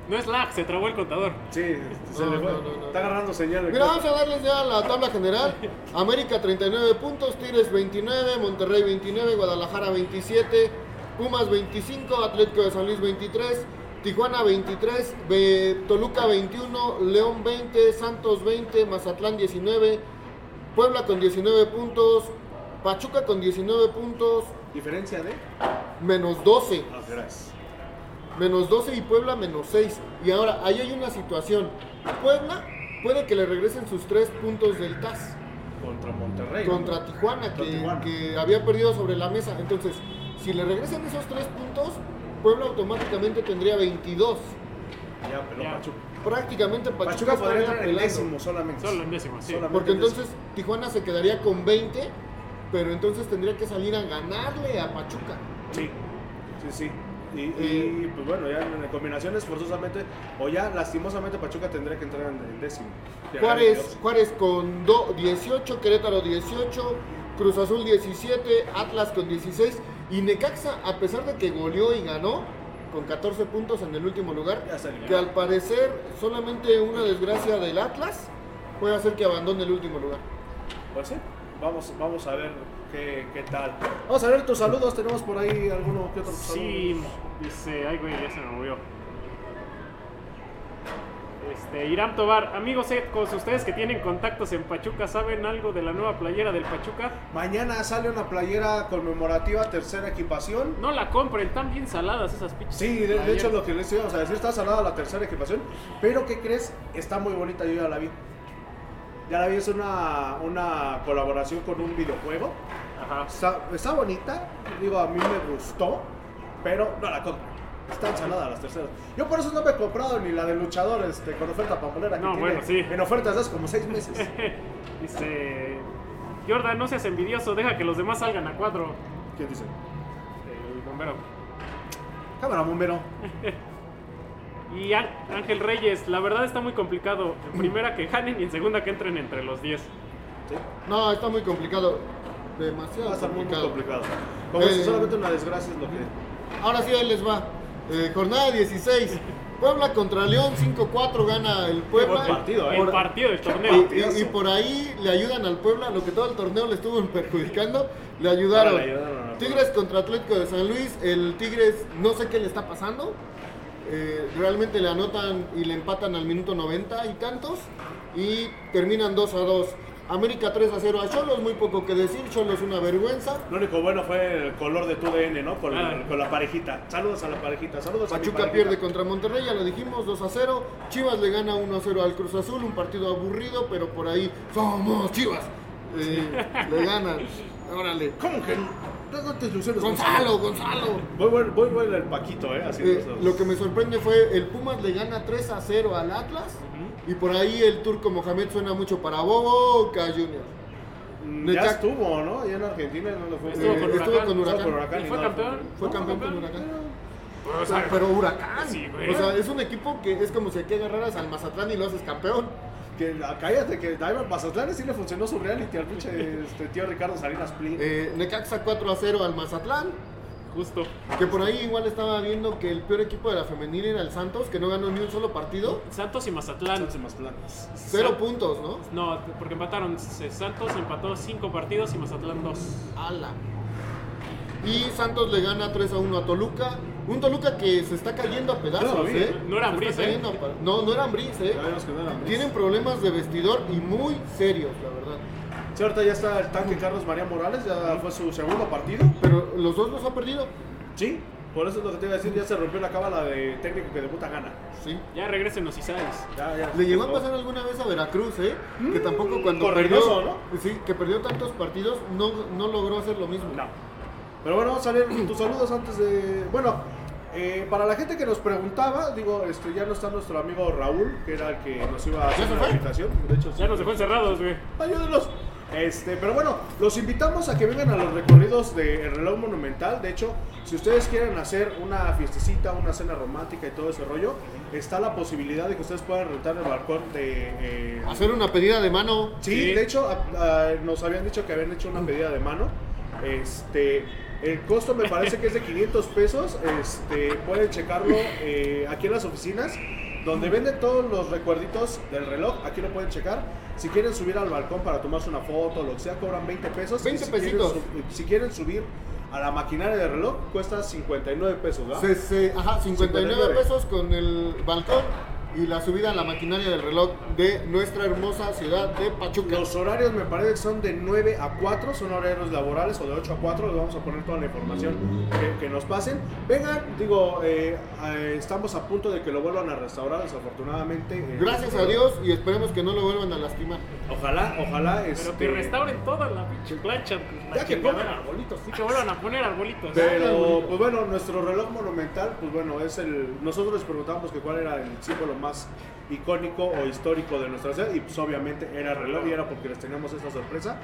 S4: No es lag, se trabó el contador.
S3: Sí, se
S5: No,
S3: le fue.
S5: no, no, no.
S3: Está agarrando señal. el
S5: Mira,
S3: coche.
S5: vamos a darles ya la tabla general. América 39 puntos, Tigres 29, Monterrey 29, Guadalajara 27, Pumas 25, Atlético de San Luis 23, Tijuana 23, Be- Toluca 21, León 20, Santos 20, Mazatlán 19, Puebla con 19 puntos, Pachuca con 19 puntos,
S3: Diferencia de.
S5: menos 12.
S3: Ah, verás.
S5: menos 12 y Puebla menos 6. Y ahora, ahí hay una situación. Puebla puede que le regresen sus 3 puntos del TAS
S3: Contra Monterrey.
S5: contra Tijuana, que,
S3: Contra Tijuana.
S5: que había perdido sobre la mesa. Entonces, si le regresan esos 3 puntos, Puebla automáticamente tendría 22.
S3: Ya, pero
S4: Ya.
S3: Pachuca.
S5: Prácticamente Pachuca,
S3: Pachuca podría
S5: estaría
S3: entrar en el
S5: pelando.
S3: décimo solamente.
S4: Solo en décimo, sí.
S3: Solamente
S5: Porque
S3: en décimo.
S5: entonces Tijuana se quedaría con 20, pero entonces tendría que salir a ganarle a Pachuca.
S3: Sí, sí, sí. Y, y, pues bueno, ya en combinaciones forzosamente, o ya lastimosamente Pachuca tendría que entrar en el décimo. Ya,
S5: Juárez, Juárez con do- 18, Querétaro 18, Cruz Azul 17, Atlas con 16 y Necaxa, a pesar de que goleó y ganó, con 14 puntos en el último lugar,
S3: Ya se eliminó.
S5: que al parecer solamente una desgracia del Atlas puede hacer que abandone el último lugar.
S3: Pues sí, vamos, vamos a ver qué, qué tal. Vamos a ver tus saludos, tenemos por ahí alguno que otro
S4: Sí, dice, ay güey, ya se me movió. Este, Irán Tobar, amigos Edcos, ustedes que tienen contactos en Pachuca, ¿saben algo de la nueva playera del Pachuca?
S3: saludo. Mañana sale una playera conmemorativa, tercera equipación.
S4: No la compren, están bien saladas esas pinches.
S3: Sí, de, de
S4: playeras.
S3: hecho lo que les íbamos a decir, está salada la tercera equipación, pero ¿qué crees? Está muy bonita, yo ya la vi. Ya la vi, es una, una colaboración con un videojuego.
S4: Ajá.
S3: Está, está bonita, digo, a mí me gustó, pero no la compro. Están saladas las terceras. Yo por eso no me he comprado ni la de luchador este, con oferta pambolera. que
S4: No,
S3: tiene
S4: bueno, sí.
S3: En ofertas hace como seis
S4: *laughs*
S3: meses.
S4: Dice, Jordan, no seas envidioso, deja que los demás salgan a cuadro.
S3: ¿Quién dice?
S4: El bombero.
S3: Cámara, bombero.
S4: Y Á- Ángel Reyes, la verdad está muy complicado.
S3: Mm.
S4: En primera que ganen y en segunda que entren entre los 10.
S3: Sí,
S5: No, está muy complicado. Demasiado
S3: va a estar muy, muy
S5: complicado.
S3: complicado. Como dices,
S5: Eh.
S3: solamente una desgracia es lo que...
S5: Ahora sí, ahí les va. Eh, jornada 16. Puebla contra León, 5-4 gana el Puebla.
S3: buen partido, ¿eh?
S4: El partido del torneo.
S5: Y- Y, y por ahí le ayudan al Puebla, lo que todo el torneo le estuvo *laughs* perjudicando, le ayudaron.
S3: Ahora le ayudaron al
S5: Tigres contra Atlético de San Luis, el Tigres no sé qué le está pasando, eh, realmente le anotan y le empatan al minuto 90 y tantos y terminan 2 a 2. América 3 a 0 a Cholos, muy poco que decir, Cholos una vergüenza.
S3: Lo único bueno fue el color de tu DN, ¿no? Con,
S4: Ah.
S3: con la parejita. Saludos a la parejita, saludos a mi
S5: Pachuca
S3: parejita.
S5: pierde contra Monterrey, ya lo dijimos, 2 a 0. Chivas le gana 1 a 0 al Cruz Azul, un partido aburrido, pero por ahí somos Chivas. Eh, le ganan. Órale.
S3: ¿Cómo que no? No, no te ilusiones.
S5: Gonzalo, Gonzalo.
S3: Voy, voy, voy, voy el Paquito, ¿eh? Así
S5: Eh,
S3: los dos.
S5: lo que me sorprende fue el Pumas le gana 3 a 0 al Atlas y por ahí el turco Mohamed suena mucho para Boca Junior.
S3: Mm, Ya
S5: Necax-
S3: estuvo, ¿no? Ya en Argentina no lo fue.
S4: Estuvo
S5: Eh,
S4: con
S5: estuvo
S4: Huracán.
S5: con
S3: Estuvo
S5: Huracán.
S3: con Huracán
S4: ¿Y
S3: y
S4: fue
S3: no-
S4: campeón?
S5: Fue
S4: No,
S5: campeón con Huracán.
S4: Pero, o sea,
S5: pero Huracán.
S4: Sí, güey.
S5: o sea, es un equipo que es como si aquí agarraras al Mazatlán y lo haces campeón.
S3: Que, la- cállate, que Diamond Mazatlán sí le funcionó su reality al pinche este, tío Ricardo Salinas Plin.
S5: Eh, Necaxa 4 a 0 al Mazatlán.
S4: justo.
S5: Que por ahí igual estaba viendo que el peor equipo de la femenil era el Santos, que no ganó ni un solo partido.
S4: Santos y Mazatlán.
S3: Santos y Mazatlán.
S5: Cero puntos, ¿no?
S4: No, porque empataron. S- Santos empató 5 partidos y Mazatlán 2.
S5: Ala. Y Santos le gana 3 a 1 a Toluca. Un Toluca que se está cayendo a
S3: No,
S5: pedazos,
S3: vi,
S5: ¿eh?
S4: no era
S5: Se
S4: Ambriz,
S5: está
S4: ¿eh?
S5: cayendo a pa- No, no era Ambriz, ¿eh?
S3: Ya vimos que no era Ambriz.
S5: Tienen problemas de vestidor y muy serios, la verdad.
S3: Sí, ahorita ya está el tanque Carlos María Morales, ya fue su segundo partido.
S5: Pero los dos los ha perdido.
S3: Sí, por eso es lo que te iba a decir, ya se rompió la cábala de técnico que de puta gana.
S5: Sí.
S4: Ya regresen los Isaías.
S3: Ya, ya.
S5: Le llegó a pasar alguna vez a Veracruz, ¿eh?
S3: Mm,
S5: Que tampoco cuando
S3: corridoso,
S5: perdió, sí, que perdió tantos partidos, no, no logró hacer lo mismo.
S3: No. Pero bueno, vamos a leer tus saludos antes de. Bueno, eh, para la gente que nos preguntaba, digo, este, ya no está nuestro amigo Raúl, que era el que nos iba a hacer
S5: se
S3: la
S5: fue?
S3: invitación. De hecho,
S4: Ya nos dejó encerrados, güey.
S3: Ayúdenos. Este, pero bueno, los invitamos a que vengan a los recorridos de El Reloj Monumental. De hecho, si ustedes quieren hacer una fiestecita, una cena romántica y todo ese rollo, está la posibilidad de que ustedes puedan rentar el balcón de eh,
S5: Hacer una pedida de mano.
S3: Sí,
S4: Sí.
S3: de hecho, a- a- nos habían dicho que habían hecho una pedida de mano. Este, el costo me parece que es de 500 pesos. Este, pueden checarlo eh, aquí en las oficinas, donde venden todos los recuerditos del reloj. Aquí lo pueden checar. Si quieren subir al balcón para tomarse una foto, lo que sea, cobran 20 pesos.
S5: 20
S3: Y si quieren
S5: pesitos.
S3: su- si quieren subir a la maquinaria del reloj, cuesta 59 pesos, ¿verdad?
S5: Se- se- ajá, 59
S3: 59.
S5: pesos con el balcón y la subida a la maquinaria del reloj de nuestra hermosa ciudad de Pachuca.
S3: Los horarios me parece que son de 9 a 4, son horarios laborales o de 8 a 4, les vamos a poner toda la información que, que nos pasen. Vengan, digo, eh, eh, estamos a punto de que lo vuelvan a restaurar, desafortunadamente. eh,
S5: Gracias a Dios y esperemos que no lo vuelvan a lastimar.
S3: Ojalá, ojalá.
S4: Pero
S3: este,
S4: que restauren toda la pinche plancha. pues, la
S3: Ya que
S4: chingadera.
S3: pongan arbolitos,
S4: Sí, que vuelvan a poner arbolitos.
S3: Pero, pues bueno, nuestro reloj monumental, pues bueno, es el. Nosotros les preguntamos que cuál era el símbolo más icónico o histórico de nuestra ciudad, y pues obviamente era el reloj, y era porque les teníamos esta sorpresa.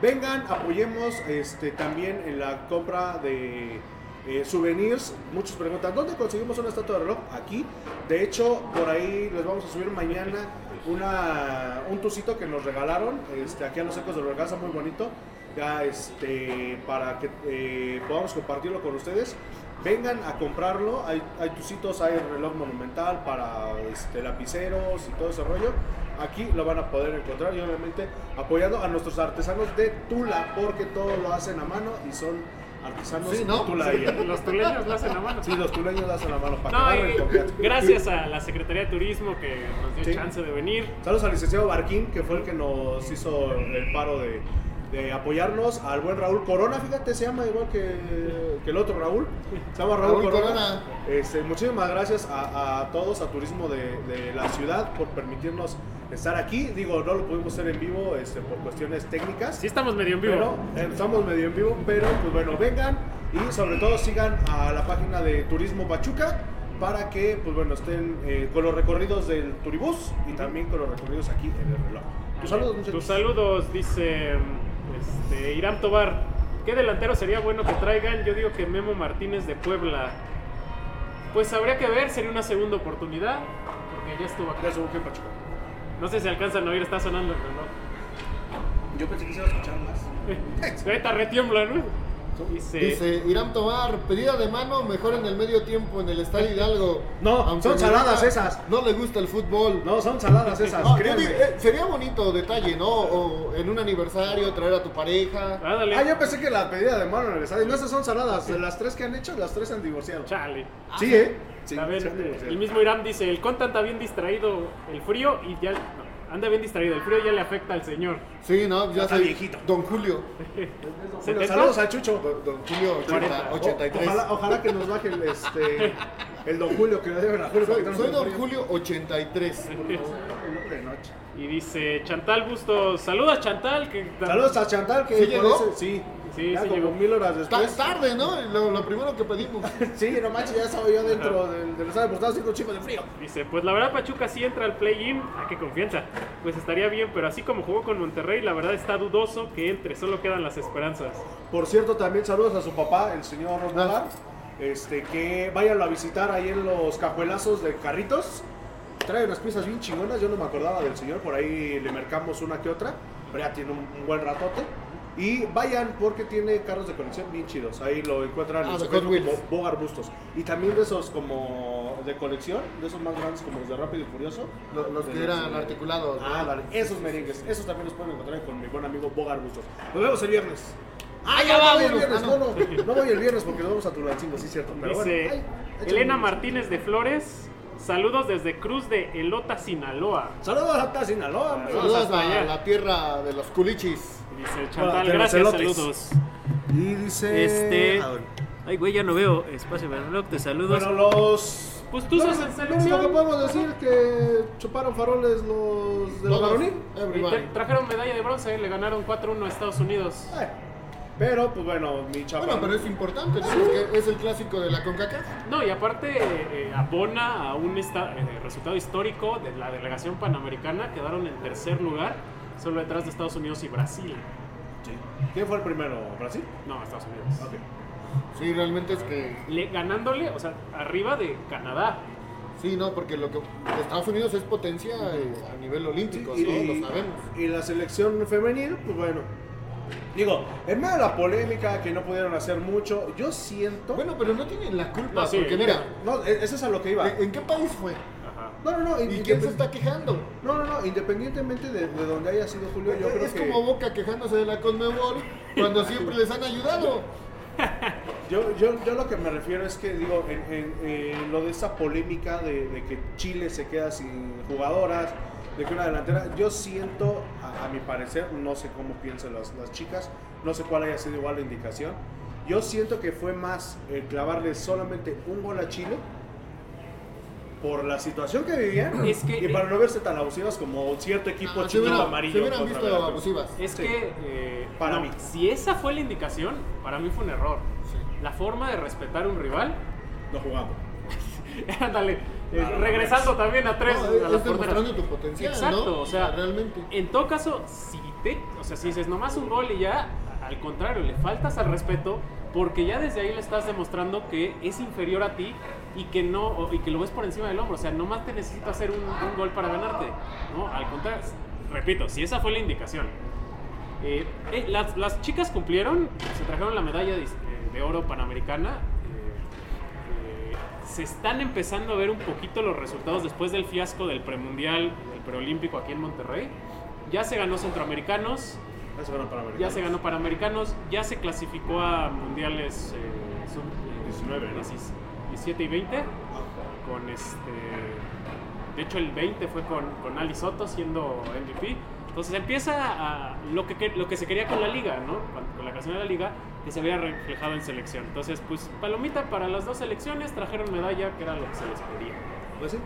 S3: Vengan, apoyemos este, también en la compra de. eh, souvenirs, muchos preguntan, ¿dónde conseguimos una estatua de reloj? Aquí, de hecho, por ahí les vamos a subir mañana una, un tucito que nos regalaron este, aquí a los ecos de Orgaza, muy bonito ya este para que eh, podamos compartirlo con ustedes vengan a comprarlo hay, hay tucitos hay reloj monumental para este, lapiceros y todo ese rollo aquí lo van a poder encontrar y obviamente apoyando a nuestros artesanos de Tula porque todo lo hacen a mano y son artesanos
S5: Sí, ¿no?
S3: tulaías.
S4: Los tuleños lo hacen a mano.
S3: Sí, los tuleños lo hacen a mano para
S4: No,
S3: que
S4: y
S3: agarren confianza.
S4: gracias a la Secretaría de Turismo que nos dio
S3: Sí.
S4: chance de venir.
S3: Saludos al licenciado Barquín, que fue el que nos hizo el paro de, de apoyarnos. Al buen Raúl Corona, fíjate, se llama igual que, que el otro Raúl. Se llama Raúl,
S5: Raúl
S3: Corona.
S5: Corona.
S3: Este, muchísimas gracias a, a todos, a Turismo de, de la Ciudad, por permitirnos estar aquí. Digo, no lo pudimos hacer en vivo este, por cuestiones técnicas.
S4: Sí estamos medio en vivo.
S3: Pero eh, estamos medio en vivo, pero pues bueno, vengan y sobre todo sigan a la página de Turismo Pachuca para que pues bueno estén eh, con los recorridos del Turibús y también con los recorridos aquí en el reloj. Tus saludos, muchachos.
S4: Tus saludos, dice este, Irán Tobar. ¿Qué delantero sería bueno que traigan? Yo digo que Memo Martínez de Puebla. Pues habría que ver, sería una segunda oportunidad. Porque ya estuvo acá.
S3: Ya subo que en Pachuca.
S4: No sé si alcanzan a oír, está sonando el reloj.
S3: Yo pensé que se iba a escuchar más.
S4: *laughs* Ahorita retiembla, ¿no? Dice.
S5: Dice Irán Tobar, pedida de mano, mejor en el medio tiempo en el Estadio Hidalgo.
S3: No, son
S5: le
S3: saladas
S5: gusta-
S3: esas.
S5: No le gusta el fútbol.
S3: No, son saladas esas,
S5: No, yo
S3: créanme.
S5: digo, eh, sería bonito detalle, ¿no? O en un aniversario traer a tu pareja.
S4: Ah, dale.
S3: Ah, yo pensé que la pedida de mano en el estadio. No, esas son saladas. De las tres que han hecho, las tres se han divorciado.
S4: Chale.
S3: Sí, ¿eh? Sí,
S4: A ver,
S3: se han divorciado.
S4: el mismo Irán dice, el Conta anda bien distraído el frío y ya... no, anda bien distraído, el frío ya le afecta al señor.
S5: Sí, no, ya
S3: está
S5: soy
S3: viejito.
S5: Don Julio.
S3: Bueno,
S4: 70.
S3: saludos a Chucho.
S5: Don, don Julio 80,
S4: Cuarenta.
S3: O-
S5: 83.
S3: Ojalá, ojalá que nos baje el, este, el Don Julio, que nos deben a Julio. para
S5: Soy,
S3: quitarnos
S5: soy
S3: el
S5: Don
S3: frío.
S5: Julio 83.
S3: El hombre de noche.
S4: Y dice Chantal Bustos, saluda Chantal, que
S3: Saludos a Chantal, que
S5: ¿Sí llegó?
S3: por ese- sí,
S4: Sí,
S3: ya
S4: sí
S3: como
S4: llegó.
S3: mil horas
S5: Ta-
S3: después.
S5: tarde, ¿no? Lo, lo primero que
S3: *laughs*
S5: pedimos.
S3: Sí, no manches, ya estaba yo dentro del del estadio, pues estaba haciendo un chico de frío.
S4: dice, pues la verdad Pachuca sí entra al play-in, ¿a qué confianza? Pues estaría bien, pero así como jugó con Monterrey, la verdad está dudoso que entre, solo quedan las esperanzas.
S3: Por cierto, también saludos a su papá, el señor Osmar, Este, que vayan a visitar ahí en los cajuelazos de carritos. Trae unas piezas bien chingonas, yo no me acordaba del señor, por ahí le mercamos una que otra, pero ya tiene un, un buen ratote. Y vayan porque tiene carros de colección bien chidos, ahí lo encuentran
S5: Ah,
S3: en
S5: de
S3: su
S5: Hot
S3: Facebook
S5: Wheels.
S3: como Bogart Bustos. Y también de esos como de colección, de esos más grandes como los de Rápido y Furioso.
S5: Lo- Los que
S3: Pero,
S5: eran
S3: eh,
S5: articulados. ¿no?
S3: Ah, vale, esos merengues, esos también los pueden encontrar con mi buen amigo Bogar Bustos. Nos vemos el viernes.
S5: ¡Ah,
S3: No,
S5: ya
S3: no voy el
S5: vámonos!
S3: viernes,
S5: Ah,
S3: no, no, no voy el viernes porque nos vamos a Tulancingo, sí es cierto. Pero
S4: Dice
S3: bueno, ay, échale
S4: Elena
S3: un-
S4: Martínez de Flores. Saludos desde Cruz de Elota, Sinaloa.
S3: Saludos hasta Sinaloa, hombre.
S4: Saludos
S5: Saludos
S4: hasta
S5: a
S4: allá.
S5: la tierra de los culichis.
S4: Dice
S3: Hola,
S4: Chantal,
S3: de los
S4: gracias,
S3: elotes.
S4: saludos.
S3: Y dice.
S6: Este.
S3: a ver.
S6: Ay, güey, ya no veo. Espacio Berloc, te saludos.
S3: Bueno, los.
S4: Pues tú sos en
S3: Lo único que
S4: selección.
S3: podemos decir que chuparon faroles los de los
S5: Todos,
S3: varonil.
S4: Y
S5: everybody.
S4: te- trajeron medalla de bronce, le ganaron 4-1 a Estados Unidos.
S3: Ay, Eh, Pero, pues bueno, mi chapa.
S5: Bueno, pero es importante, ¿no? Porque es el clásico de la CONCACAF.
S4: No, y aparte eh, eh, abona a un esta- eh, resultado histórico de la delegación panamericana. Quedaron en tercer lugar, solo detrás de Estados Unidos y Brasil.
S3: ¿Quién fue el primero? ¿Brasil?
S4: No, Estados Unidos.
S3: Ok.
S5: Sí, realmente es que...
S4: Le- ganándole, o sea, arriba de Canadá.
S5: Sí, no, porque lo que Estados Unidos es potencia eh, a nivel olímpico,
S3: Y-
S5: ¿no?
S3: y-
S5: Lo sabemos.
S3: Y la selección femenil, pues bueno. Digo, en medio de la polémica que no pudieron hacer mucho, yo siento.
S5: Bueno, pero no tienen la culpa,
S4: No, sí.
S5: porque mira,
S3: no, e- eso es a lo que iba.
S5: ¿en en qué país fue?
S4: Ajá.
S3: No, no, no.
S5: ¿Y quién se
S3: independ-
S5: está quejando?
S3: No, no, no. Independientemente de, de donde haya sido Julio, yo creo
S5: Es
S3: que.
S5: como Boca quejándose de la Conmebol cuando siempre les han ayudado.
S3: Yo, yo, yo lo que me refiero es que, digo, en, en- en lo de esa polémica de, de que Chile se queda sin jugadoras, de que una delantera, yo siento, a, a mi parecer, no sé cómo piensan las, las chicas, no sé cuál haya sido igual la indicación, yo siento que fue más el clavarle solamente un gol a Chile por la situación que vivían
S4: Es que-
S3: y para no verse tan abusivas como cierto equipo
S5: Ah, se
S3: chino
S5: hubieran-
S3: amarillo.
S5: se hubieran
S3: contra
S5: visto
S3: Veracruz.
S5: abusivas.
S4: Es
S3: Sí.
S4: que eh,
S3: Para
S4: no,
S3: mí.
S4: si esa fue la indicación, para mí fue un error. La forma de respetar a un rival, *laughs*
S3: No jugamos.
S4: ándale, eh,
S3: Ah,
S4: regresando también a tres
S5: No,
S4: a
S5: es
S4: las porteras.
S5: demostrando tu potencial,
S4: Exacto,
S5: ¿no?
S4: o sea, eh,
S5: realmente.
S4: En todo caso, si te, o sea, si dices nomás un gol y ya, al contrario, le faltas al respeto porque ya desde ahí le estás demostrando que es inferior a ti y que no o- y que lo ves por encima del hombro, o sea, nomás te necesita hacer un, un gol para ganarte, ¿no? Al contrario, repito, si esa fue la indicación. Eh, eh, las, las chicas cumplieron, se trajeron la medalla de, eh, de oro panamericana. eh, eh, se están empezando a ver un poquito los resultados después del fiasco del premundial, del preolímpico aquí en Monterrey. Ya se ganó Centroamericanos,
S3: Ya se ganó para
S4: ya se ganó Panamericanos, ya se clasificó a mundiales eh, sub- eh,
S3: 19, ¿no?
S4: 16, 17 y 20.
S3: Ah,
S4: Con este. De hecho, el 20 fue con, con Ali Soto siendo MVP. Entonces empieza a, lo, que, que- lo que se quería con la liga, ¿no? Con, con la creación de la liga, que se había reflejado en selección. Entonces, pues, palomita para las dos selecciones, trajeron medalla, que era lo que se les pedía.
S3: Pues sí.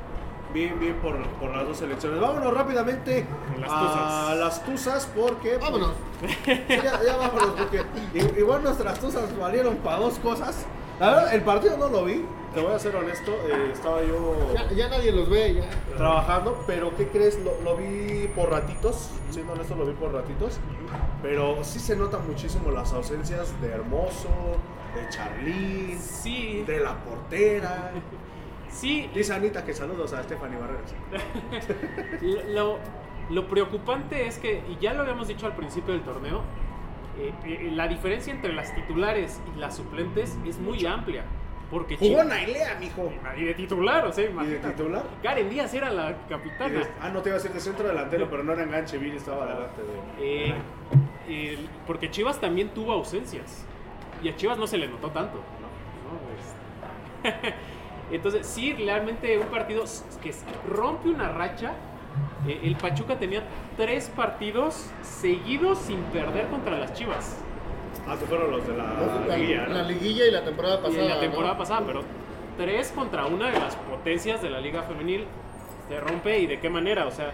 S3: Bien, bien por, por las dos selecciones. Vámonos rápidamente
S4: Con las
S3: a
S4: tuzas.
S3: las tuzas porque...
S5: Vámonos.
S4: eh,
S3: Sí, ya, ya vámonos porque i- igual nuestras tuzas valieron para dos cosas. La verdad, el partido no lo vi. Te voy a ser honesto. eh, estaba yo
S5: Ya, ya nadie los ve, ya.
S3: trabajando, pero ¿qué crees? Lo, lo vi por ratitos, siendo honesto, lo vi por ratitos, pero sí se notan muchísimo las ausencias de Hermoso, de Charly,
S4: Sí,
S3: de la portera.
S4: sí,
S3: Dice Anita que saludos a Stephanie Barreras.
S4: lo, lo preocupante es que, y ya lo habíamos dicho al principio del torneo, eh, eh, la diferencia entre las titulares y las suplentes es muy amplia. Porque
S3: Jugó
S4: Chivas-
S3: Nailea, mijo.
S4: y de titular, o sea,
S3: ¿Y de
S4: imagínate.
S3: titular?
S4: Karen Díaz era la capitana.
S3: Ah, no te iba a decir de centro delantero, pero no era enganche, Vini estaba delante de.
S4: Eh, el- porque Chivas también tuvo ausencias. Y a Chivas no se le notó tanto. ¿no? No, este. *laughs* Entonces, sí, realmente un partido s- que s- rompe una racha. Eh, el Pachuca tenía tres partidos seguidos sin perder contra las Chivas.
S3: Ah, que fueron los de la
S5: La,
S3: guía,
S5: la
S3: ¿no?
S5: liguilla y la temporada
S4: Y
S5: pasada.
S4: en la temporada
S5: ¿no?
S4: pasada, pero tres contra una de las potencias de la Liga Femenil se rompe y de qué manera. O sea,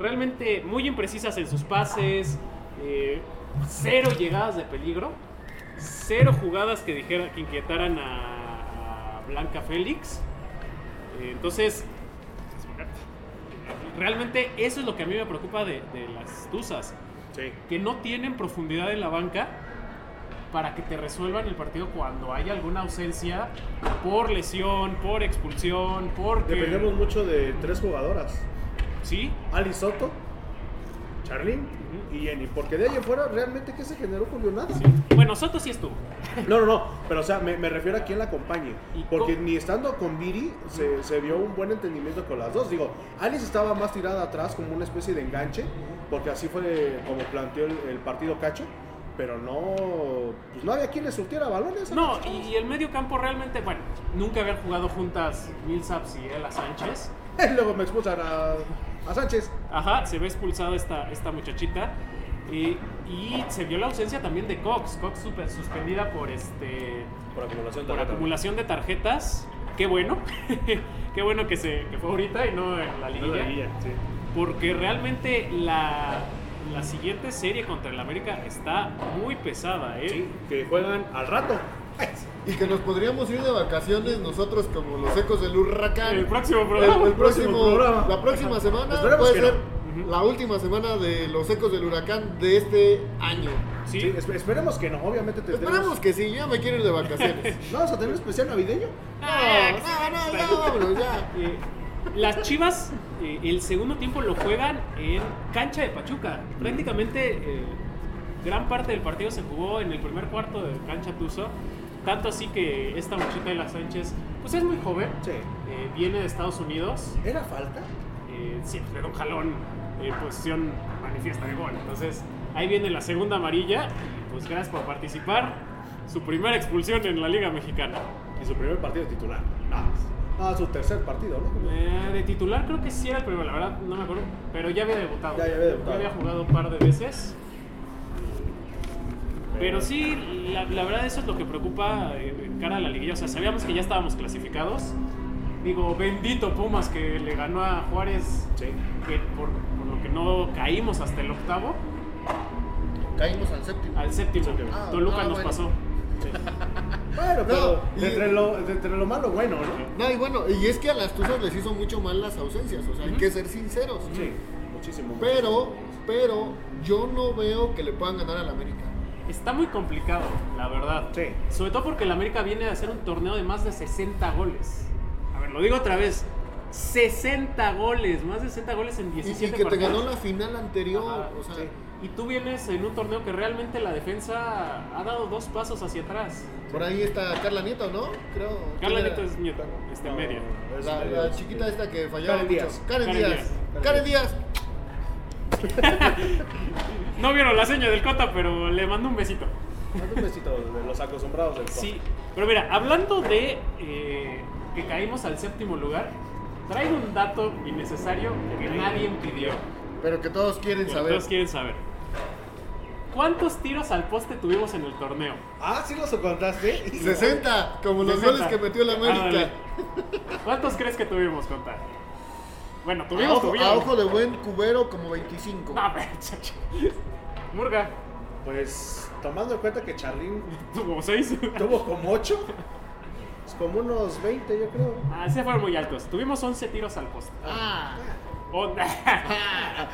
S4: realmente muy imprecisas en sus pases, eh, cero llegadas de peligro, cero jugadas que, dijera, que inquietaran a, a Blanca Félix. Eh, entonces, realmente eso es lo que a mí me preocupa de, de las Tuzas
S3: Sí.
S4: que no tienen profundidad en la banca para que te resuelvan el partido cuando hay alguna ausencia por lesión, por expulsión, porque...
S3: Dependemos mucho de tres jugadoras.
S4: Sí,
S3: Ali Soto, Charlene y Jenny. Porque de ahí en fuera, realmente, ¿qué se generó, Julio? Nada.
S4: bueno, Soto sí estuvo.
S3: No, no, no. Pero, o sea, me, me refiero a quien la acompañe.
S4: ¿Y
S3: Porque
S4: cómo?
S3: ni estando con Viri se, se vio un buen entendimiento con las dos. Digo, Alice estaba más tirada atrás como una especie de enganche. Porque así fue como planteó el, el partido Cacho. Pero no. Pues no había quien le surtiera balones. a
S4: No,
S3: las
S4: y,
S3: chavas.
S4: y el medio campo realmente, bueno, nunca habían jugado juntas Millsaps y Ella Sánchez.
S3: *laughs* Y luego me expulsan a, a Sánchez.
S4: Ajá, se ve expulsada esta, esta muchachita. Y, y se vio la ausencia también de Cox. Cox super suspendida por este
S7: Por acumulación
S4: por
S7: tarjeta.
S4: acumulación de tarjetas. Qué bueno. *laughs* Qué bueno que se que fue ahorita y no en la
S3: No la
S4: liguilla.
S3: veía, sí.
S4: Porque realmente la, la siguiente serie contra el América está muy pesada, ¿eh?
S3: Sí, que juegan al rato.
S5: Y que nos podríamos ir de vacaciones nosotros como los ecos del huracán.
S4: El próximo
S5: El-
S4: programa.
S5: el próximo-
S3: programa.
S5: La próxima semana
S3: Esperemos que
S5: puede
S3: no.
S5: ser la última semana de los ecos del huracán de este año.
S4: Sí.
S3: Sí, esp- esperemos que no. Obviamente tendremos.
S5: Esperamos que sí, ya me quiero ir de vacaciones.
S3: *laughs* ¿No ¿Vamos a tener un especial navideño?
S4: Ah,
S5: no, no, ya, vámonos, ya.
S4: Eh, las Chivas eh, el segundo tiempo lo juegan en cancha de Pachuca. Prácticamente eh, gran parte del partido se jugó en el primer cuarto de cancha Tuzo. Tanto así que esta muchita de la Sánchez, pues es muy joven.
S3: Sí.
S4: Eh, viene de Estados Unidos.
S3: ¿Era falta?
S4: Eh, sí, le da un jalón en posición manifiesta de gol. Entonces ahí viene la segunda amarilla. Y, Pues gracias por participar. Su primera expulsión en la Liga Mexicana.
S3: Y su primer partido titular. Ah, ah, su tercer partido, ¿no?
S4: Eh, de titular creo que sí era el primero, la verdad, no me acuerdo. Pero ya había debutado.
S3: Ya, ya había debutado.
S4: había jugado un par de veces. Pero sí, la, la verdad eso es lo que preocupa eh, en cara a la liguilla. O sea, sabíamos que ya estábamos clasificados. Digo, bendito Pumas que le ganó a Juárez,
S3: Sí.
S4: que por, por lo que no caímos hasta el octavo,
S5: Caímos al séptimo.
S4: al séptimo.
S5: Ah,
S4: Toluca
S5: ah,
S4: nos
S5: bueno.
S4: pasó.
S3: Bueno, pero
S5: y-
S3: de entre, lo, de entre lo malo, bueno, ¿no?
S5: No, y bueno, y es que a las Tuzas les hizo mucho mal las ausencias, o sea, hay que ser sinceros.
S3: Sí, muchísimo.
S5: Pero, pero, yo no veo que le puedan ganar al América.
S4: Está muy complicado, la verdad.
S3: Sí.
S4: Sobre todo porque el América viene de hacer un torneo de más de 60 goles. A ver, lo digo otra vez. 60 goles, más de 60 goles en
S5: Y, y
S4: 17
S5: que te
S4: partidos.
S5: ganó la final anterior,
S4: Ajá,
S5: o sea,
S4: sí. Y tú vienes en un torneo que realmente la defensa ha dado dos pasos hacia atrás.
S5: por ahí está Carla Nieto, ¿no? Creo.
S4: Carla
S5: ¿Quién era?
S4: Nieto es nieta, este media.
S3: Es
S5: La,
S3: medio-
S5: la chiquita esta que fallaba
S3: Karen
S5: mucho.
S3: Díaz.
S5: Karen,
S4: Karen
S5: Díaz.
S4: Díaz.
S5: Karen Díaz.
S4: No vieron la seña del Cota, pero le mando un besito.
S3: Dame Un besito de los acostumbrados del
S4: Sí, pero mira, hablando de eh, que caímos al séptimo lugar, traigo un dato innecesario que nadie pidió.
S5: Pero que todos quieren
S4: Pero
S5: saber.
S4: todos quieren saber. ¿Cuántos tiros al poste tuvimos en el torneo?
S3: Ah, sí los contaste.
S5: 60, como los
S4: 60.
S5: goles que metió la América.
S4: Ah, Ándale. ¿Cuántos crees que tuvimos, Contar? Bueno,
S5: A
S4: tuvimos,
S5: ojo,
S4: tuvimos.
S5: a
S4: *laughs*
S5: ojo de buen cubero, como 25.
S4: No, pero, chacho. Murga,
S3: Pues tomando en cuenta que Charlín
S4: tuvo seis.
S3: tuvo como 8, como unos 20, yo creo.
S4: Ah, se fueron muy altos. Tuvimos 11 tiros al poste. Oh,
S5: Ah,
S4: *laughs* Onda.
S3: Ahora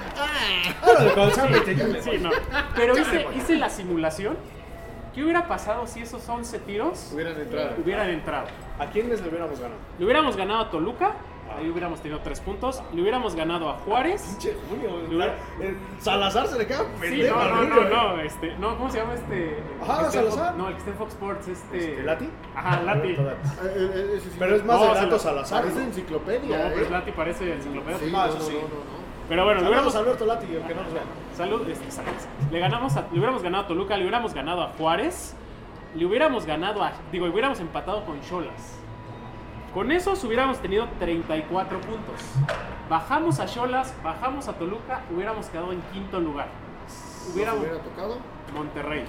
S3: Ah, de González, ya me
S4: Sí, no. Pero
S5: *laughs*
S4: hice, hice la simulación. ¿Qué hubiera pasado si esos 11 tiros
S5: hubieran entrado.
S4: hubieran entrado?
S3: ¿A quién les hubiéramos ganado?
S4: Le hubiéramos ganado a Toluca, ahí hubiéramos tenido 3 puntos. Le hubiéramos ganado a Juárez.
S3: Pinche Julio.
S4: Lugar-
S3: eh, Salazar se le queda
S4: Sí,
S3: pendejo
S4: no,
S3: al
S4: no,
S3: Julio,
S4: no,
S3: eh.
S4: no, este, no, ¿cómo se llama este?
S3: Ajá,
S4: el que está en
S3: Salazar.
S4: Fox- No, el que está en Fox Sports, este.
S3: Este, ¿Lati?
S4: Ajá, Lati.
S3: Roberto Lati.
S5: Eh, eh, ese sí.
S3: Pero es más
S4: No,
S3: de Lato
S4: Salazar.
S3: Salazar.
S5: Parece
S3: ¿no?
S5: enciclopedia.
S4: No,
S5: eh.
S4: pues Lati parece enciclopedia.
S5: Sí,
S3: Ah,
S5: no,
S3: eso
S5: no,
S3: sí.
S5: no, no,
S4: Pero bueno, le
S3: Saludos
S4: hubiéramos,
S3: a Alberto Lati, que no nos vean.
S4: salud, este, salud. Le, ganamos a- le hubiéramos ganado a Toluca, le hubiéramos ganado a Juárez, le hubiéramos ganado a. Digo, hubiéramos empatado con Cholas. Con esos hubiéramos tenido 34 puntos. Bajamos a Cholas, bajamos a Toluca, hubiéramos quedado en quinto lugar.
S5: no.
S4: Hubiéramos.
S5: Hubiera tocado.
S4: Monterrey.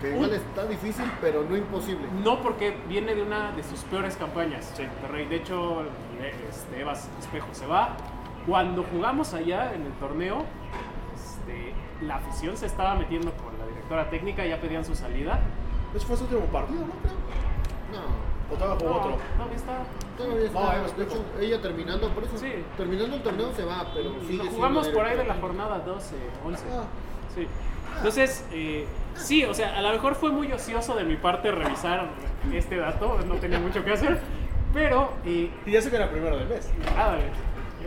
S5: Que igual está difícil, pero no imposible.
S4: No, porque viene de una de sus peores campañas, Monterrey. De hecho, le- este, Evas Espejo se va. Cuando jugamos allá en el torneo, este, la afición se estaba metiendo con la directora técnica, ya pedían su salida.
S3: Ese fue su último partido, ¿no? Creo.
S5: No. pues,
S3: O estaba jugó
S4: No,
S3: otro.
S4: no, está.
S5: Todavía está.
S3: No, ahí los
S5: de hecho, ella terminando, por eso.
S4: Sí.
S5: Terminando el torneo se va, pero sigue
S4: Lo
S5: siendo
S4: jugamos por ahí de la
S5: directora.
S4: jornada 12, 11.
S3: Ah.
S4: Sí. Entonces, eh, Sí, o sea, a lo mejor fue muy ocioso de mi parte revisar este dato, no tenía mucho que hacer, pero... eh,
S3: Y ya sé que era primero del mes.
S4: ah, vale.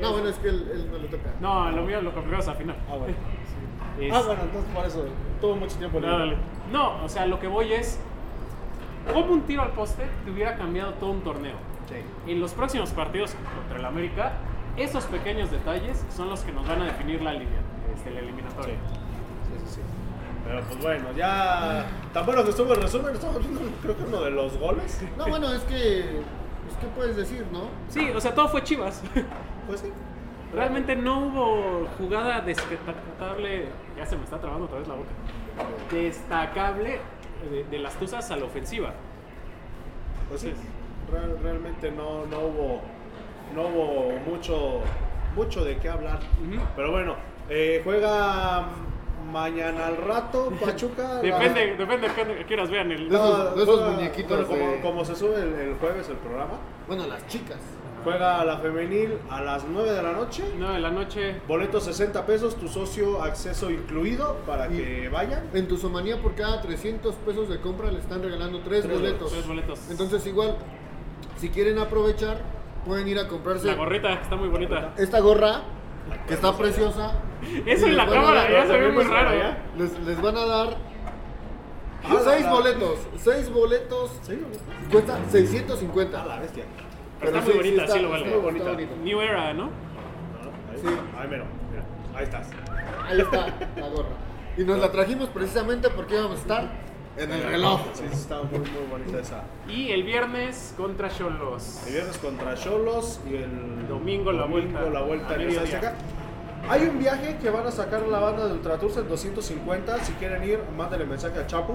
S5: No, bueno, es que él, él no le toca.
S4: No, lo mío lo complicamos al final.
S3: Ah, bueno.
S4: Es-
S3: Ah, bueno, entonces por eso tuvo mucho tiempo
S4: Ah, dale. No, o sea, lo que voy es... Como un tiro al poste te hubiera cambiado todo un torneo. En los próximos partidos contra el América, esos pequeños detalles son los que nos van a definir la línea, este, la eliminatoria.
S3: Sí, sí, sí. Pero pues bueno, ya. Tan bueno que estuvo el resumen. Estamos viendo, creo que uno de los goles.
S5: No, bueno, es que. Pues, ¿Qué puedes decir, no?
S4: Sí, o sea, todo fue Chivas. *laughs*
S3: Pues sí.
S4: Realmente no hubo jugada destacable. Ya se me está trabando otra vez la boca. Destacable de, de las Tuzas a la ofensiva.
S3: Pues sí. Real- realmente no, no hubo. No hubo mucho. Mucho de qué hablar.
S4: Ujú.
S3: Pero bueno, eh, juega mañana al *laughs* rato, Pachuca. la-
S4: Depende, depende de qué- qué horas vean el.
S5: De esos-
S3: No,
S5: de esos
S3: juega-
S5: muñequitos
S3: bueno, como,
S5: de-
S3: como se sube el, el jueves el programa,
S5: Bueno, las chicas.
S3: juega la femenil a las 9 de la noche.
S4: 9 de la noche.
S3: Boletos 60 pesos, tu socio acceso incluido para
S5: Y-
S3: que vayan.
S5: En tu somanía, por cada 300 pesos de compra, le están regalando 3
S3: Tres
S5: boletos.
S4: Tres boletos.
S5: Entonces, igual, si quieren aprovechar, pueden ir a comprarse
S4: La gorrita está muy bonita.
S5: esta gorra, que está preciosa.
S4: Eso
S5: Y
S4: en la
S5: les van a
S4: cámara
S5: dar-
S4: ya se ve
S3: también
S4: muy
S3: pasa
S4: raro,
S3: allá.
S4: ¿ya?
S5: Les, les van a dar
S3: Ah,
S5: seis
S3: la-
S5: boletos. Seis boletos.
S3: ¿Sí? ¿no?
S5: Cuesta 650.
S3: Ah, la bestia.
S4: Pero está muy bonita, sí lo
S5: vale.
S4: vale.
S5: Muy bonita.
S4: New Era, ¿no?
S3: Ahí,
S5: Sí.
S3: ahí mero, mira, ahí estás.
S5: Ahí está la gorra. Y nos la trajimos precisamente porque íbamos a estar en el reloj.
S3: Sí, sí, está muy, muy bonita esa.
S4: Y el viernes contra Cholos.
S3: El viernes contra Cholos y el
S4: Domingo la vuelta.
S3: la
S4: A
S3: vuelta en
S4: mediodía.
S3: Azteca. Hay un viaje que van a sacar la banda de Ultraturce en 250. Si quieren ir, mándenle mensaje a Chapu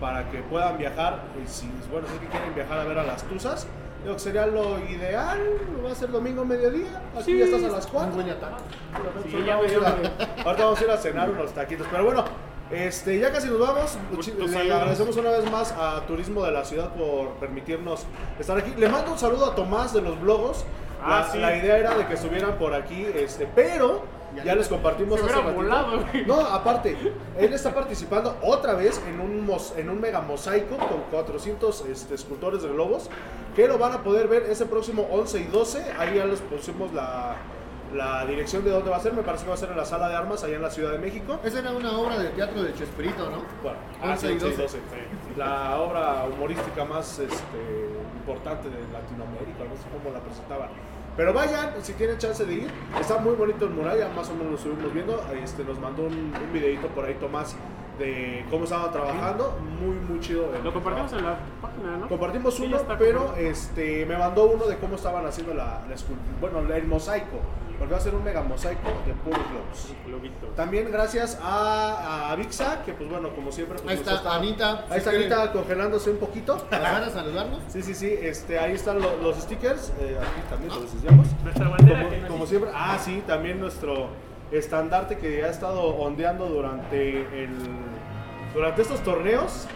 S3: para que puedan viajar. Y si, bueno, si es que quieren viajar a ver a las Tuzas, creo que sería lo ideal. Va a ser domingo mediodía. Aquí
S4: Sí.
S3: ya estás a las 4.
S4: Sí, ya me dio hambre.
S3: Ahorita vamos a ir a cenar unos taquitos. Pero bueno, este, ya casi nos vamos.
S4: Gusto
S3: Muchi- Le
S4: saludos.
S3: agradecemos una vez más a Turismo de la Ciudad por permitirnos estar aquí. Le mando un saludo a Tomás de los blogos.
S4: Ah,
S3: la,
S4: sí.
S3: la idea era de que estuvieran por aquí, este, pero ya les compartimos
S4: Se hubiera
S3: hace ratito.
S4: volado, güey.
S3: No, aparte, él está participando otra vez en un, mos- en un mega mosaico con 400 este, escultores de globos que lo van a poder ver ese próximo 11 y 12. Ahí ya les pusimos la, la dirección de dónde va a ser. Me parece que va a ser en la sala de armas, allá en la Ciudad de México.
S5: Esa era una obra de teatro de Chespirito, ¿no?
S3: Bueno,
S5: 11 y
S3: 11 y
S5: 12.
S3: 12. La obra humorística más este, importante de Latinoamérica, no sé cómo la presentaban. Pero vayan, si tienen chance de ir, está muy bonito el mural, ya más o menos lo estuvimos viendo. Este, nos mandó un, un videito por ahí Tomás de cómo estaba trabajando, muy, muy chido. el
S4: Lo compartimos
S3: trabajo.
S4: en la página, ¿no?
S3: Compartimos
S4: Sí, ya
S3: uno,
S4: está
S3: pero
S4: compartido.
S3: este, me mandó uno de cómo estaban haciendo la, la escultura, bueno, el mosaico, porque va a ser un mega mosaico de puros globos.
S4: Globito.
S3: También gracias a, a Avixa, que pues bueno, como siempre... pues,
S5: Ahí
S3: nos
S5: está Anita.
S3: Ahí está
S5: Si quieren
S3: Anita congelándose un poquito.
S5: pasar a saludarnos?
S3: Sí, sí, sí. Este, ahí están lo- los stickers. eh, aquí también los enseñamos.
S4: Nuestra bandera que
S3: Como,
S4: nos
S3: como siempre. Ah, sí, también nuestro estandarte que ha estado ondeando durante el durante estos torneos.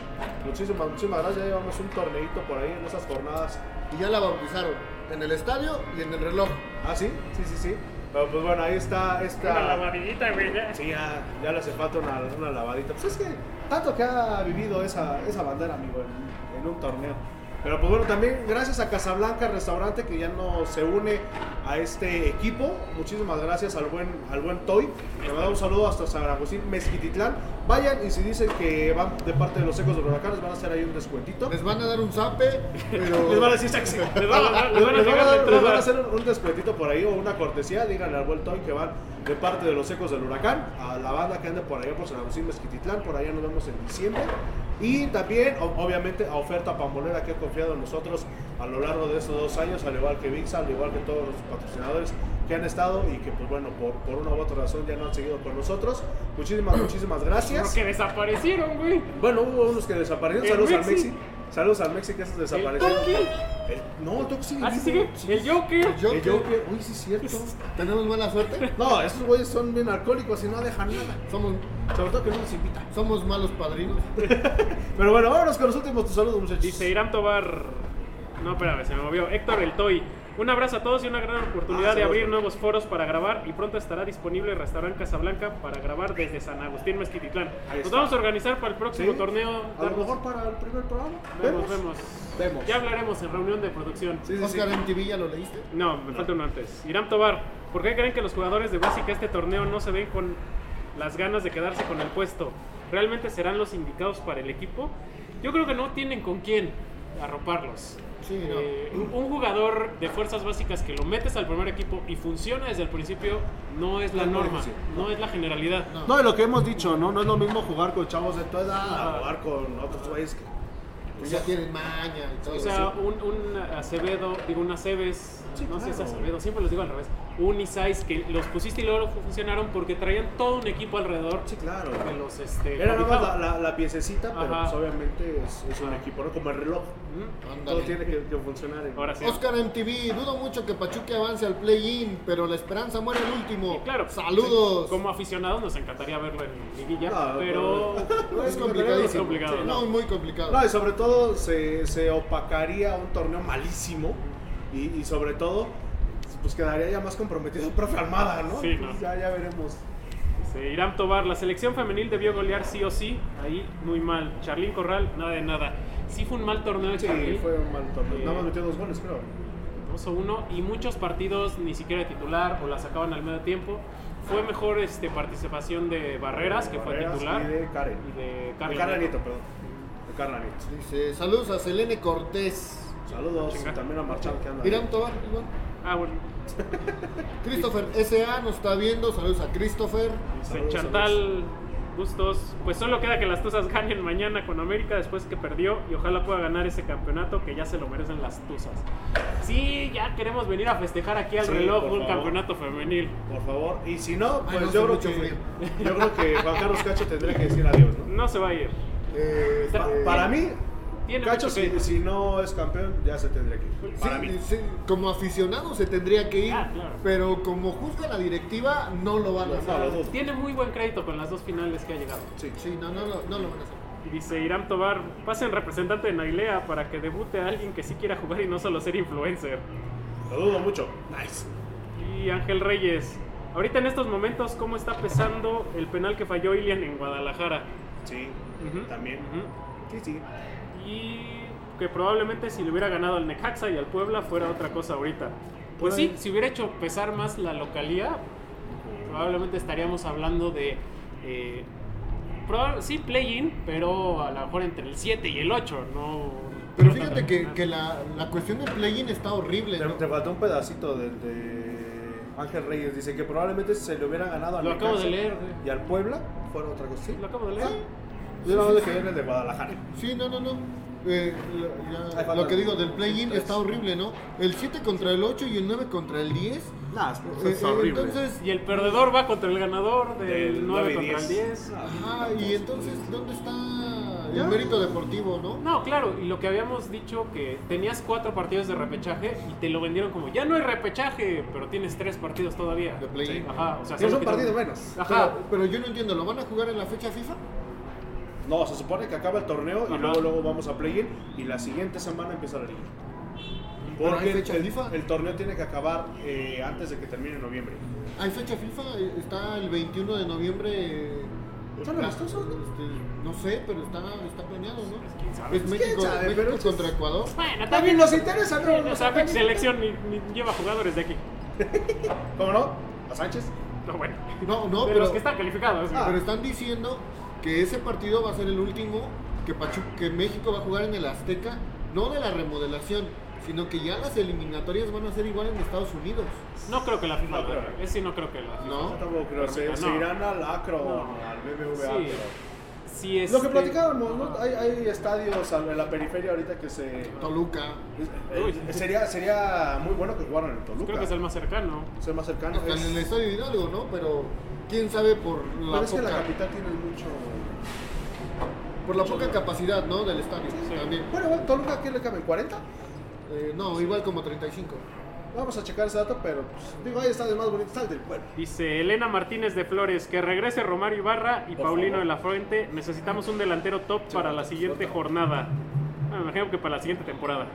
S3: Muchísimas, muchísimas gracias. Ya llevamos un torneito por ahí en esas jornadas.
S5: Y ya la bautizaron en el estadio y en el reloj.
S3: Ah, sí, sí, sí, sí. Pero pues bueno, ahí está esta.
S4: Una lavadita, güey. ya.
S3: Sí, ya, ya le hace falta una, una lavadita. Pues es que tanto que ha vivido esa, esa bandera, amigo, en, en un torneo. Pero pues bueno, también gracias a Casablanca Restaurante que ya no se une a este equipo. Muchísimas gracias al buen, al buen Toy. Le mando un saludo hasta San Agustín, Mezquititlán. Vayan y si dicen que van de parte de los secos de los huracanes, van a hacer ahí un descuentito.
S5: Les van a dar un zape, pero.
S3: Les van a decir sexy.
S4: Les van a- les van a
S3: Les van a
S4: llegar
S3: dar-
S4: la
S3: les van a
S4: entrada.
S3: hacer un, un descuentito por ahí o una cortesía. Díganle al buen Toy que van de parte de los ecos del huracán a la banda que anda por allá por San Agustín Mezquititlán. Por allá nos vemos en diciembre. Y también, o- obviamente, a Oferta Pambolera que ha confiado en nosotros a lo largo de estos dos años, al igual que VIXA, al igual que todos los patrocinadores que han estado y que, pues bueno, por, por una u otra razón ya no han seguido con nosotros. Muchísimas, muchísimas gracias.
S4: Porque desaparecieron, güey.
S3: Bueno, hubo unos que desaparecieron.
S4: El
S3: Saludos al
S4: Mexi.
S3: Mexi. Saludos al Mexi que esos desaparecieron. El- no, el Toc sigue.
S4: Así Ah, sigue.
S3: vivo.
S4: El Joker.
S5: Yo-
S3: El Joker. Uy, sí, es cierto.
S5: Tenemos buena suerte.
S3: No, esos güeyes son bien alcohólicos y no dejan nada.
S5: Somos,
S3: Sobre todo que no nos invitan.
S5: somos malos padrinos.
S3: Pero bueno, vámonos con los últimos tus saludos, muchachos.
S4: Dice Irán Tobar. No, espérame, se me movió. Héctor el Toy. Un abrazo a todos y una gran oportunidad
S3: Ah,
S4: de
S3: saludos.
S4: abrir nuevos foros para grabar y pronto estará disponible el restaurante Casablanca para grabar desde San Agustín Mezquititlán.
S3: Ahí
S4: Nos
S3: está.
S4: vamos a organizar para el próximo
S3: Sí.
S4: torneo.
S3: A lo
S4: Darnos-
S3: mejor para el primer programa.
S4: Vemos, vemos.
S3: Vemos.
S4: Ya hablaremos en reunión de producción.
S3: Sí, sí,
S5: Oscar
S3: sí.
S5: MTV, ¿ya lo leíste?
S4: No, me falta uno antes. Irán Tobar, ¿por qué creen que los jugadores de básica este torneo no se ven con las ganas de quedarse con el puesto? ¿Realmente serán los indicados para el equipo? Yo creo que no tienen con quién arroparlos.
S5: Sí, no.
S4: Eh, un un jugador de fuerzas básicas que lo metes al primer equipo y funciona desde el principio no es la
S3: Es muy
S4: norma,
S3: difícil.
S4: no es la generalidad.
S2: No, y lo que hemos dicho, ¿no? No es lo mismo jugar con chavos de toda edad.
S3: A jugar con otros güeyes que.
S5: Pues ya tienen maña y todo.
S4: O sea, un, un Acevedo, digo, un Aceves, no sé si es Acevedo, siempre los digo al revés, un Isais, que los pusiste y luego funcionaron porque traían todo un equipo alrededor
S3: Sí, claro.
S4: que los, este,
S3: Era nada más la,
S4: fabricaba.
S3: la- la piececita, pero
S4: Ajá.
S3: pues, obviamente es, es un
S4: Ajá.
S3: equipo, ¿no? Como el reloj.
S4: Ujú.
S5: Ándale.
S3: Todo tiene que, que funcionar. en-
S4: Ahora sí.
S5: Oscar MTV, dudo mucho que Pachuca avance al play-in, pero la esperanza muere al último.
S4: Y claro,
S5: Saludos.
S4: sí, Como aficionados nos encantaría verlo en liguilla,
S3: Claro,
S4: pero *laughs*
S3: pero-
S5: Es
S4: es
S5: complicadísimo.
S4: complicado.
S5: No, muy complicado.
S3: No, y sobre todo se, se opacaría un torneo malísimo. Y, y sobre todo, pues quedaría ya más comprometido el profe Almada, ¿no?
S4: Sí,
S3: Entonces,
S4: no.
S3: Ya, ya veremos.
S4: Sí, Irán Tobar, la selección femenil debió golear sí o sí, ahí muy mal. Charlín Corral, nada de nada. Sí fue un mal torneo de
S3: Sí,
S4: Charlín.
S3: fue un mal torneo.
S4: Eh,
S3: Nada más metió dos goles, creo.
S4: Dos o uno, y muchos partidos ni siquiera de titular o la sacaban al medio tiempo. Fue mejor este, participación de Barreras, que
S3: Barreras
S4: fue titular,
S3: Y de Karen.
S4: y de
S3: De
S4: Carla
S3: Carla
S4: Nieto.
S3: Nieto, perdón. De Carla Nieto.
S5: Dice, saludos a Selene Cortés.
S3: Saludos
S4: Chinga.
S3: también a Marchal que anda. ahí.
S5: Irán Tobar, igual.
S4: Ah, bueno.
S5: Christopher S.A. nos está viendo. Saludos a Christopher.
S4: Dice
S3: Saludos,
S4: Chantal Bustos, pues solo queda que las Tuzas ganen mañana con América después que perdió y ojalá pueda ganar ese campeonato que ya se lo merecen las Tuzas. Sí, ya queremos venir a festejar aquí al
S3: Sí,
S4: reloj
S3: por
S4: un
S3: favor.
S4: campeonato femenil.
S3: Por favor. Y si no, pues
S5: no, hace
S3: yo, creo
S5: mucho
S3: que,
S5: frío.
S3: yo creo que Juan Carlos Cacho tendría que decir adiós, ¿no?
S4: No se va a ir.
S5: Eh,
S4: Tra-
S5: este,
S3: Para mí,
S4: Tiene
S3: Cacho,
S4: mucho que-
S3: si, si no es campeón, ya se tendría que ir.
S5: sí,
S3: Para mí.
S5: sí, como aficionado se tendría que ir,
S4: Ah, claro.
S5: pero como juzga la directiva, no lo van a hacer.
S3: No, los dos.
S4: Tiene muy buen crédito con las dos finales que ha llegado.
S3: Sí.
S5: Sí, no, no, lo- no lo van a hacer.
S4: Y dice Irán Tobar, pasen representante de Nailea para que debute a alguien que sí quiera jugar y no solo ser influencer.
S3: Lo dudo mucho. Nice.
S4: Y Ángel Reyes, ahorita en estos momentos, ¿cómo está pesando el penal que falló Ilian en Guadalajara?
S3: Sí,
S4: Ujú.
S3: también.
S4: Ujú.
S3: Sí, sí.
S4: Y que probablemente si le hubiera ganado al Necaxa y al Puebla fuera otra cosa ahorita. Pues sí, si hubiera hecho pesar más la localía, probablemente estaríamos hablando de... eh, proba- sí, play-in, pero a lo mejor entre el 7 y el 8, no...
S5: Pero
S4: no
S5: fíjate
S4: tan-
S5: que, que la, la cuestión del play-in está horrible.
S3: Te,
S5: ¿no?
S3: te faltó un pedacito del de Ángel Reyes. Dice que probablemente se le hubiera ganado al
S4: Lo acabo
S3: Necaxa
S4: de leer, güey.
S3: Y al Puebla fuera otra cosa. Sí.
S4: Lo acabo de leer.
S3: Yo nada más le quería en el de Guadalajara.
S5: Sí, no, no, no. Eh, la- ya-
S3: falta.
S5: lo que digo del play-in
S3: Entonces-
S5: está horrible, ¿no? El 7 contra el 8 y el 9 contra el 10.
S2: Nah, es-
S5: Eh,
S2: es
S5: eh,
S2: horrible.
S5: Entonces,
S4: Y el perdedor va contra el ganador del,
S3: Del
S4: 9
S3: nueve y
S4: contra el 10.
S5: ajá, y entonces, ¿dónde está el mérito deportivo, no?
S4: No, claro, y lo que habíamos dicho que tenías cuatro partidos de repechaje y te lo vendieron como ya no hay repechaje, pero tienes tres partidos todavía.
S5: De play-in.
S4: Ajá, o sea,
S3: Es
S4: solo
S3: un
S4: quitaron-
S3: partido menos.
S4: Ajá.
S5: Pero, pero yo no entiendo, ¿lo van a jugar en la fecha FIFA?
S3: No, se supone que acaba el torneo
S4: Ajá.
S3: y luego luego vamos a play-in y la siguiente semana empieza la liga.
S5: Pero hay
S3: Porque
S5: fecha
S3: el,
S5: FIFA.
S3: el torneo tiene que acabar eh, antes de que termine en noviembre.
S5: Hay fecha FIFA, eh, está el 21 de noviembre. eh,
S3: ¿Son
S5: está-
S3: amistosos, no?
S5: este, no sé, pero está, está planeado, ¿no?
S4: Pues, quién sabe.
S5: Es México,
S3: sabe,
S5: México
S3: pero es-
S5: contra Ecuador.
S4: Bueno,
S3: También
S4: también
S3: nos interesa, ¿no?
S4: o sea, pinche selección ni, ni lleva jugadores de aquí.
S3: ¿Cómo no? ¿A Sánchez?
S4: No, bueno.
S5: No, no,
S4: de
S5: pero,
S4: los que están calificados.
S5: Ah, pero están diciendo que ese partido va a ser el último que, Pachu- que México va a jugar en el Azteca, no de la remodelación, sino que ya las eliminatorias van a ser igual en Estados Unidos.
S4: No creo que la FIFA.
S3: No creo.
S4: lo haga. Ese sí no creo que la FIFA.
S5: ¿No?
S3: Yo tampoco creo. Se,
S4: No.
S3: se irán al Acro
S4: No.
S3: al BBVA.
S4: Sí.
S3: pero-
S4: Sí,
S3: Lo que
S4: este-
S3: platicábamos, ¿no? Hay, hay estadios al- en la periferia ahorita que se...
S5: Toluca.
S3: eh, sería, sería muy bueno que jugaran en Toluca.
S4: Creo que es el más cercano.
S3: Ser más cercano.
S5: Hasta
S3: Es-
S5: en el Estadio Hidalgo, ¿no? Pero quién sabe por la
S3: Pero es que la
S5: poca,
S3: capital tiene mucho...
S5: por la poca capacidad, ¿no? Del estadio
S4: Sí.
S5: también.
S3: Bueno, bueno, Toluca, ¿qué le caben? ¿40?
S5: Eh, no, igual como 35.
S3: Vamos a checar ese dato, pero pues, digo, ahí está el más bonito, está el del pueblo.
S4: Dice Elena Martínez de Flores, que regrese Romario Ibarra y
S3: Por
S4: Paulino
S3: favor.
S4: de la Fuente. Necesitamos un delantero top para la siguiente Ah, jornada. Bueno, me imagino que para la siguiente temporada.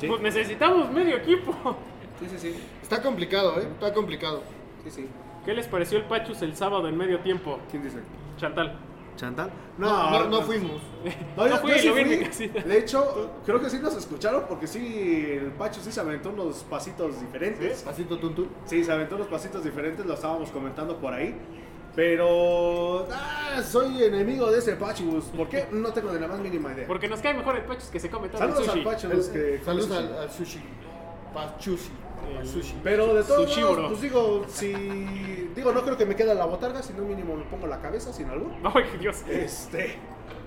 S3: Sí.
S4: Pues necesitamos medio equipo. *laughs*
S3: Sí, sí, sí.
S5: Está complicado, ¿eh? Está complicado.
S3: sí, sí.
S4: ¿Qué les pareció el Pachus el sábado en medio tiempo?
S3: ¿Quién dice?
S4: Chantal.
S2: ¿Chantal?
S5: No, no,
S3: no.
S5: fuimos.
S3: No, yo,
S4: No fui,
S3: yo sí
S4: lo vi en
S3: fui.
S4: *laughs* mi casita.
S3: De hecho, creo que sí nos escucharon porque sí, el Pacho sí se aventó unos pasitos diferentes.
S5: Pasito tuntún.
S3: Sí, se aventó unos pasitos diferentes, lo estábamos comentando por ahí. Pero ah, soy enemigo de ese Pachus. ¿Por qué? No tengo de la más mínima idea.
S4: Porque nos cae mejor el Pachus que se come todo el
S3: Saludos
S4: sushi.
S3: al Pachus. Que,
S5: Saludos al, al sushi. Pachushi. Al sushi.
S3: Pero de todos
S4: Sushi,
S3: modos,
S4: bro.
S3: pues digo, si. Digo, no creo que me quede la botarga, si no mínimo le pongo la cabeza, sin algo.
S4: *laughs* Ay, Dios.
S3: Este.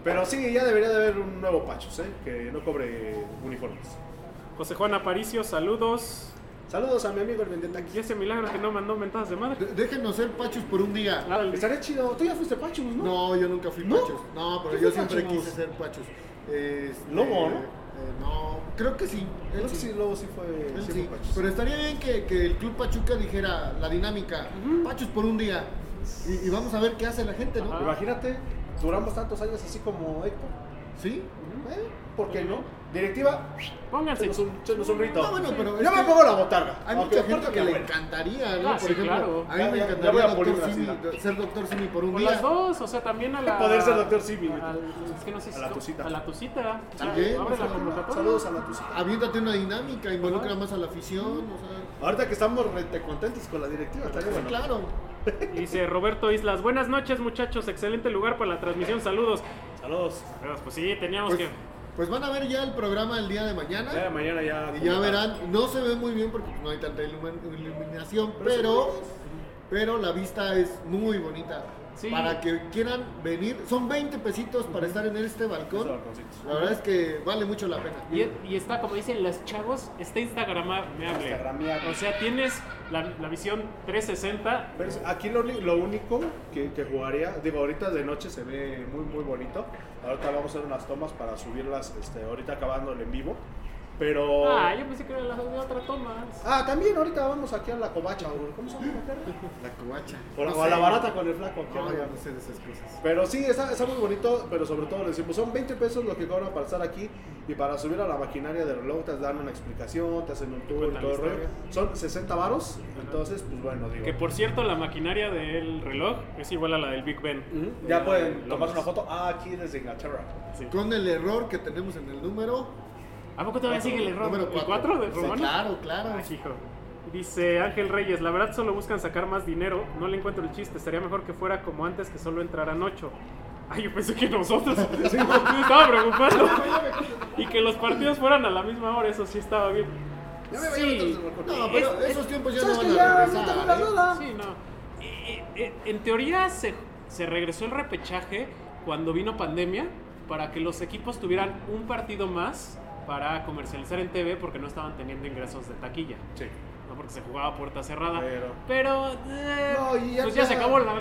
S3: Pero sí, ya debería de haber un nuevo Pachus, ¿eh? Que no cobre uniformes.
S4: José Juan Aparicio, saludos.
S3: Saludos a mi amigo el vendedor
S4: Y ese milagro que no mandó mentadas de madre.
S5: De- Déjenos ser pachos por un día.
S4: Nada, le-
S3: Estaría chido. Tú ya fuiste Pachus, ¿no?
S5: No, yo nunca fui
S3: ¿No?
S5: pachos. No, pero
S3: ¿Qué
S5: yo
S3: fue
S5: siempre
S3: pachos?
S5: quise ser pachos. Este,
S3: Lobo, ¿no?
S5: eh, no, creo que sí. Él
S3: Creo que sí, luego sí fue.
S5: Él
S3: sí fue
S5: sí.
S3: Pachus.
S5: Pero estaría bien que, que el Club Pachuca dijera la dinámica, Pachos por un día. Y, y vamos a ver qué hace la gente, ¿no?
S4: Ajá.
S3: Imagínate, duramos tantos años así como Héctor.
S5: ¿Sí?
S3: ¿Eh? ¿Por qué no? Directiva,
S4: Pónganse.
S3: echenos un, echenos un rito.
S5: No, bueno, pero
S3: Yo
S5: es
S3: me
S5: que
S3: pongo la botarga.
S5: Hay
S3: aunque aparte
S5: mucha gente que
S3: me
S5: le
S3: duele.
S5: encantaría, ¿no?
S4: Ah,
S5: Por
S4: sí,
S5: ejemplo,
S4: claro.
S5: a
S3: Ya- ya-
S5: mí me
S3: ya voy
S5: encantaría
S3: a
S5: Dr.
S3: Bolívar,
S5: Simi,
S3: sí, la-
S5: do- ser Doctor Simi por un
S4: O
S5: día.
S4: las dos, o sea, también a la.
S3: Poder ser Dr. Simi.
S4: al- Es que no sé si.
S3: A la tucita. pues,
S4: A la tucita. O sea,
S5: También,
S4: Abre
S5: o sea,
S4: la convocatoria.
S3: Saludos a la tucita.
S5: Aviéntate una dinámica, involucra más a la afición, o sea,
S3: Ahorita que estamos rete contentos con la directiva, estaría bueno.
S5: claro.
S4: Y Dice Roberto Islas, buenas noches muchachos, excelente lugar para la transmisión, saludos.
S3: Saludos.
S4: Pero, Pues sí, teníamos
S5: Pues,
S4: que...
S5: pues van a ver ya el programa el día de mañana.
S3: Ya de mañana ya.
S5: Y ya verán, no se ve muy bien porque no hay tanta ilumin- iluminación, pero, pero la vista es muy bonita.
S4: Sí.
S5: Para que quieran venir, son 20 pesitos para estar en este balcón.
S3: Esos balconcitos.
S5: La verdad es que vale mucho la pena.
S4: Y, y está, como dicen los chavos, está Instagramable.
S3: Instagrameable.
S4: O sea, tienes la, la visión 360.
S3: Pero es- aquí lo, uni- lo único que, que jugaría, digo, ahorita de noche se ve muy, muy bonito. Ahorita vamos a hacer unas tomas para subirlas este, ahorita acabando el en vivo. Pero.
S4: Ah, yo pensé que era la de otra toma.
S3: Ah, también ahorita vamos aquí a la covacha, o- ¿cómo se llama Ah, la perra?
S5: La covacha.
S3: O, la-
S5: No
S3: o a
S5: sé.
S3: la barata con el flaco. ¿qué
S5: No,
S3: rollo?
S5: yo no sé de esas cosas.
S3: Pero sí, está, está muy bonito, pero sobre todo les decimos, son 20 pesos lo que cobran para estar aquí y para subir a la maquinaria de reloj, te dan una explicación, te hacen un tour y
S4: Cuentan
S3: todo
S4: la
S3: el rollo.
S4: historia.
S3: Son 60 varos, entonces pues bueno, digo.
S4: Que por cierto, la maquinaria del reloj es igual a la del Big Ben.
S3: Ujú, Ya
S4: Eh,
S3: pueden
S4: Londres.
S3: tomarse una foto. Ah, aquí desde Inglaterra.
S4: Sí.
S5: Con el error que tenemos en el número.
S4: ¿A poco todavía sigue el error?
S5: Número
S4: ¿El
S5: cuatro.
S4: 4 de
S5: Sí,
S4: Romano?
S5: claro, claro.
S4: Ah, hijo. Dice Ángel Reyes, la verdad solo buscan sacar más dinero, no le encuentro el chiste, estaría mejor que fuera como antes que solo entraran 8. Ay, yo pensé que
S3: *laughs*
S4: nosotros me estaba preocupando. y que los partidos fueran a la misma hora, eso sí estaba bien.
S3: Ya me voy a
S4: Sí.
S3: meter en el recorte.
S5: No, pero esos tiempos ya no
S3: ¿Sabes
S5: van
S3: que
S5: a
S3: ya no
S5: regresar.
S3: tengo la
S5: ¿eh?
S3: duda?
S4: Sí, no. Eh, eh, En teoría se, se regresó el repechaje cuando vino pandemia para que los equipos tuvieran un partido más para comercializar en TV porque no estaban teniendo ingresos de taquilla.
S3: Sí.
S4: No porque se jugaba a puerta cerrada.
S3: Pero-
S4: Pero, eh,
S3: No, y ya
S4: pues ya,
S3: queda-
S4: se acabó la.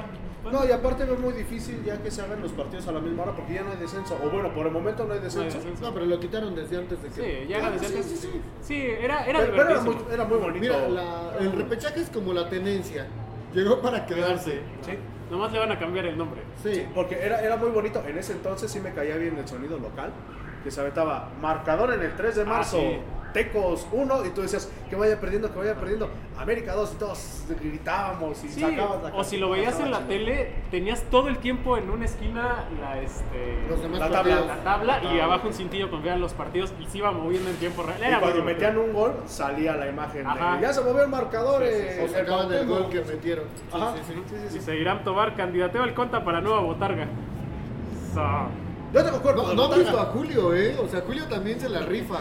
S3: No, y aparte es muy difícil ya que se hagan los partidos a la misma hora porque ya no hay descenso. O bueno, por el momento no hay descenso.
S4: descenso.
S5: No, pero lo quitaron desde antes de que.
S4: Sí, ya era
S3: Ah, sí,
S4: desde antes.
S3: sí, sí.
S4: Sí, era, era
S3: Pero, pero era,
S4: divertidísimo.
S3: muy, era muy bonito.
S5: Mira, la- el repechaje es como la tenencia. Llegó para quedarse.
S3: Sí.
S4: Nomás le van a cambiar el nombre.
S5: Sí.
S3: Porque era, era muy bonito. En ese entonces sí me caía bien el sonido local. Que se aventaba marcador en el 3 de
S4: Ah,
S3: marzo.
S4: sí.
S3: Tecos 1. Y tú decías que vaya perdiendo, que vaya perdiendo. América 2 y todos gritábamos y
S4: Sí,
S3: sacabas la
S4: o si lo veías en la tele, tenías todo el tiempo en una esquina la, este,
S5: Los demás
S3: La
S5: partidos.
S3: tabla.
S4: la tabla y abajo un cintillo con vean los partidos y se iba moviendo en tiempo real.
S3: Ah. Y
S4: Era
S3: cuando
S4: muy
S3: metían
S4: divertido.
S3: un gol, salía la imagen de,
S4: Ajá.
S3: Ya se movió el marcador.
S4: Sí, sí,
S3: eh,
S4: sí.
S5: O
S3: en el
S5: sacaban el
S3: Cuauhtémoc".
S5: Pues, gol que metieron. Sí,
S3: Ajá.
S5: sí, sí.
S3: Sí, sí, sí.
S4: Dice Irán Tobar, candidateo al Conta para nueva botarga. So.
S3: Yo tengo cuerpo.
S5: No,
S3: de
S5: no han
S3: botarga.
S5: visto a Julio, ¿eh? O sea, Julio también se
S4: *laughs*
S5: la rifa.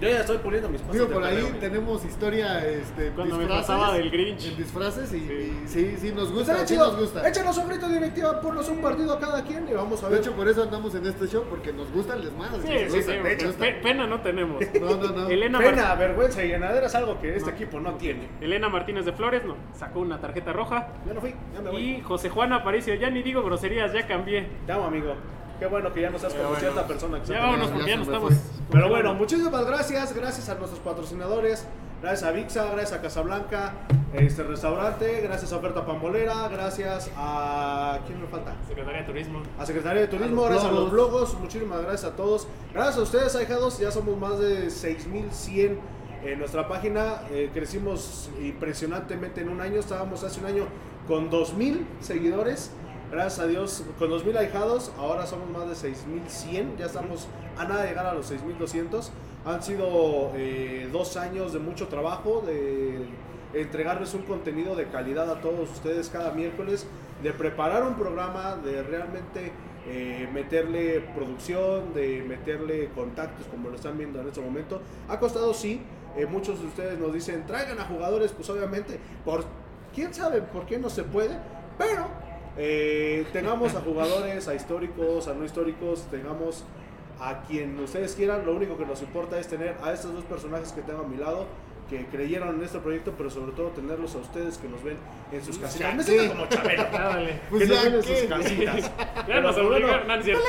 S3: Yo ya estoy poniendo mis pasos.
S5: Digo,
S3: de
S5: por ahí
S3: perreo.
S5: tenemos historia este, en
S4: Cuando me
S5: disfraces.
S4: pasaba del Grinch.
S5: En disfraces y y- sí,
S4: Sí. Pues
S5: sí, nos gusta,
S3: Estaría
S5: sí
S3: chido.
S5: nos gusta.
S3: Échanos un grito directiva, ponnos un partido a cada quien y vamos a
S5: De
S3: ver.
S5: hecho, por eso andamos en este show, porque nos gusta el desmadre.
S3: Pues
S4: Sí,
S5: nos
S4: sí,
S5: gusta,
S4: sí,
S5: nos
S4: porque
S5: gusta.
S4: pe- pena no
S3: *laughs*
S4: tenemos.
S5: No, no,
S4: *laughs*
S5: no.
S4: Elena, Mar-
S3: Pena, vergüenza y llenadera es algo que este equipo no tiene.
S4: Elena Martínez de Flores, no, sacó una tarjeta roja.
S3: Ya no fui, ya me voy.
S4: Y José Juan Aparicio, ya ni digo groserías, ya cambié.
S3: Te amo, amigo. Qué bueno que ya no seas como cierta persona que se
S4: Ya
S3: te-
S4: vámonos
S5: ya
S4: porque
S5: se
S4: ya no
S5: me
S4: estamos.
S5: fue.
S3: Pero bueno, muchísimas gracias. Gracias a nuestros patrocinadores. Gracias a Vixa, gracias a Casablanca, este restaurante, gracias a Oferta Pambolera, gracias a... ¿Quién me falta?
S4: Secretaría de Turismo.
S3: a Secretaría de Turismo,
S5: A los
S3: gracias a los
S5: blogos.
S3: blogos, muchísimas gracias a todos. Gracias a ustedes, ahijados, ya somos más de 6100 En nuestra página eh, crecimos impresionantemente en un año. Estábamos hace un año con 2.000 seguidores. Gracias a Dios, con 2.000 ahijados, ahora somos más de 6.100. Ya estamos a nada de llegar a los 6.200. Han sido eh, dos años de mucho trabajo, de entregarles un contenido de calidad a todos ustedes cada miércoles, de preparar un programa, de realmente eh, meterle producción, de meterle contactos como lo están viendo en este momento. Ha costado, sí, eh, muchos de ustedes nos dicen, traigan a jugadores, pues obviamente, por quién sabe por qué no se puede, pero eh, tengamos a jugadores, a históricos, a no históricos, tengamos a quien ustedes quieran, lo único que nos importa es tener a estos dos personajes que tengo a mi lado, que creyeron en este proyecto, pero sobre todo tenerlos a ustedes que nos ven en sus casitas. Me siento como Chabelo.
S4: Ah, dale.
S5: Pues
S3: que nos
S5: ya,
S3: ven en
S5: ¿qué?
S3: sus casitas. *laughs*
S4: Ya nos
S3: Pero bueno,
S4: obligaron, no, no es cierto.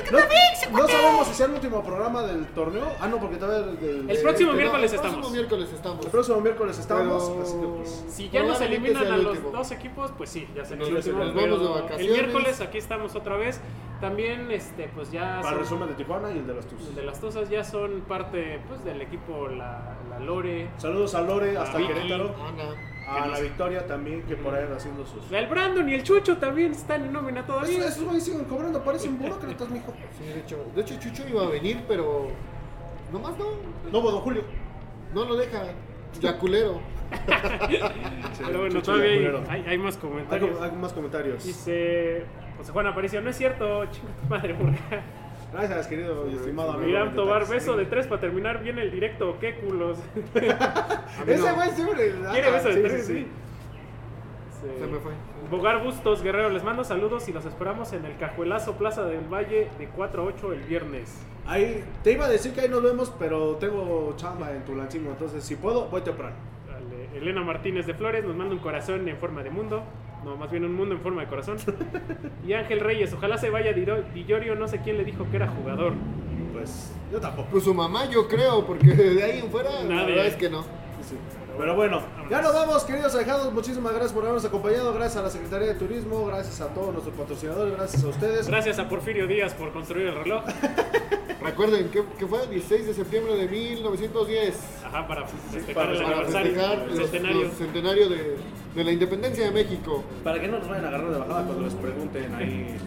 S3: no, no sabemos si sea el último programa del torneo. Ah, no, porque todavía. El, el-
S4: El próximo
S3: el-
S4: miércoles
S5: el
S4: estamos.
S5: próximo miércoles estamos.
S3: El próximo miércoles estamos.
S5: Pero-
S3: así que, pues,
S4: Si ya nos
S5: Probablemente
S4: eliminan
S5: sea
S4: a
S5: el
S4: los
S5: último.
S4: dos equipos, pues sí, ya se
S5: Nos
S4: nos
S5: vamos de
S4: El
S5: vacaciones.
S4: miércoles aquí estamos otra vez. También, este, pues
S3: para
S4: ya
S3: el
S4: son-
S3: resumen de Tijuana y el de las Tuzas.
S4: de las Tosas ya son parte pues, del equipo la, la Lore.
S3: Saludos a Lore, hasta
S4: A Vicky.
S3: Querétaro.
S5: Ah, Ana.
S3: A la Victoria también, que por ahí anda haciendo sus.
S4: El Brandon y el Chucho también están en nómina
S3: Esos
S4: todavía.
S3: esos güeyes siguen cobrando, parecen burócratas, mijo.
S5: Sí, de hecho, de hecho Chucho iba a venir, pero nomás no,
S3: No, don Julio.
S5: no lo deja. Ya culero.
S4: Pero Ah, bueno,
S3: Chucho
S4: todavía
S3: y
S4: hay,
S3: Julio.
S4: hay- hay más
S3: Hay
S4: comentarios.
S3: com- hay más comentarios.
S4: Dice José Juan Aparicio, no es cierto, chinga tu madre, burra.
S3: Gracias, querido y estimado amigo.
S4: Miram Tobar,
S3: Benitez.
S4: beso de tres para terminar bien el directo, qué culos. *laughs*
S3: Ese güey siempre.
S4: Quiere
S3: Ah,
S4: beso de
S3: sí, sí,
S4: tres,
S3: sí.
S4: sí. Sí.
S5: Se me fue.
S4: Bogar Bustos, Guerrero, les mando saludos y los esperamos en el Cajuelazo Plaza del Valle de 4 a 8 el viernes.
S3: Ahí, te iba a decir que ahí nos vemos, pero tengo chamba en Tulancingo, entonces si puedo, voy temprano.
S4: Vale, Elena Martínez de Flores nos manda un corazón en forma de mundo. No, más bien un mundo en forma de
S5: *laughs*
S4: corazón. y Ángel Reyes, ojalá se vaya Diro- Dillorio, no sé quién le dijo que era jugador.
S3: Pues yo tampoco.
S5: Pues su mamá yo creo, porque de ahí en fuera la
S4: Nadie.
S5: verdad es que no.
S3: Sí. Pero bueno, ya nos vamos, queridos alejados. Muchísimas gracias por habernos acompañado. Gracias a la Secretaría de Turismo, gracias a todos nuestros patrocinadores, gracias a ustedes.
S4: Gracias a Porfirio Díaz por construir el reloj.
S5: Recuerden que, que fue el 16 de septiembre de 1910
S4: Ajá, para festejar
S3: para
S4: el
S5: para
S4: aniversario,
S5: festejar
S4: el
S5: los-
S4: centenario.
S5: los centenario de, de la independencia de México.
S3: Para que no nos vayan a agarrar de bajada cuando les pregunten ahí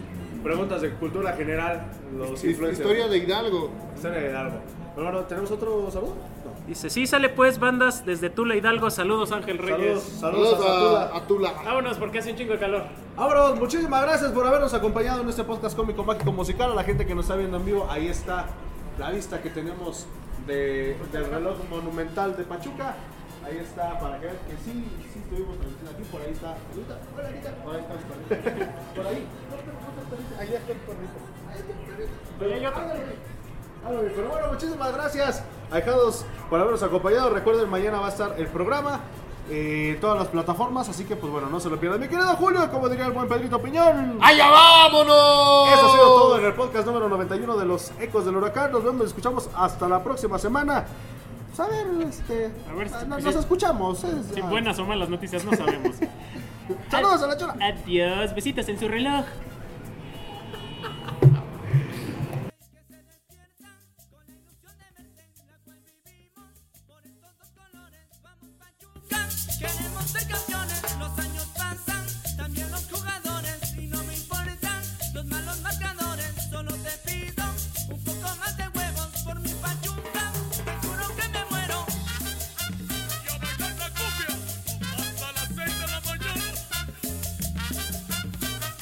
S3: preguntas de cultura general, los influencers.
S5: Historia de Hidalgo.
S3: Historia de algo. Pero bueno, ¿tenemos otro saludo? No.
S6: Dice, sí, sale pues bandas desde Tula Hidalgo. Saludos Ángel
S3: Saludos,
S6: Reyes.
S3: saludos, a Satula.
S5: a Tula.
S4: Vámonos porque hace un chingo de calor.
S3: Vámonos, muchísimas gracias por habernos acompañado en este podcast cómico mágico musical. A la gente que nos está viendo en vivo, ahí está la vista que tenemos de- del reloj monumental de Pachuca. Ahí está, para que vean que sí, sí estuvimos transmitiendo aquí. Por ahí está. Anita. Hola, Anita. Por ahí está el *laughs* perrito. Por ahí. No, no, no, no, perrito. Ahí está el perrito. Ahí está el perrito.
S4: Ahí hay otro.
S3: Ábrele. Ábrele. Pero bueno, muchísimas gracias, alejados, por habernos acompañado. Recuerden, mañana va a estar el programa. eh, en todas las plataformas, así que pues bueno, no se lo pierdan. Mi querido Julio, como diría el buen Pedrito Piñón.
S5: ¡Allá vámonos!
S3: Eso ha sido todo en el podcast número 91 de los Ecos del Huracán. Nos vemos, nos escuchamos hasta la próxima semana. Pues, a ver, este.
S4: A ver,
S3: ah,
S4: si-
S3: nos,
S4: si-
S3: nos escuchamos. eh,
S4: Si
S3: ah.
S6: *laughs*
S4: buenas o malas noticias no sabemos.
S3: Saludos a la chora.
S6: Adiós, besitos en su reloj.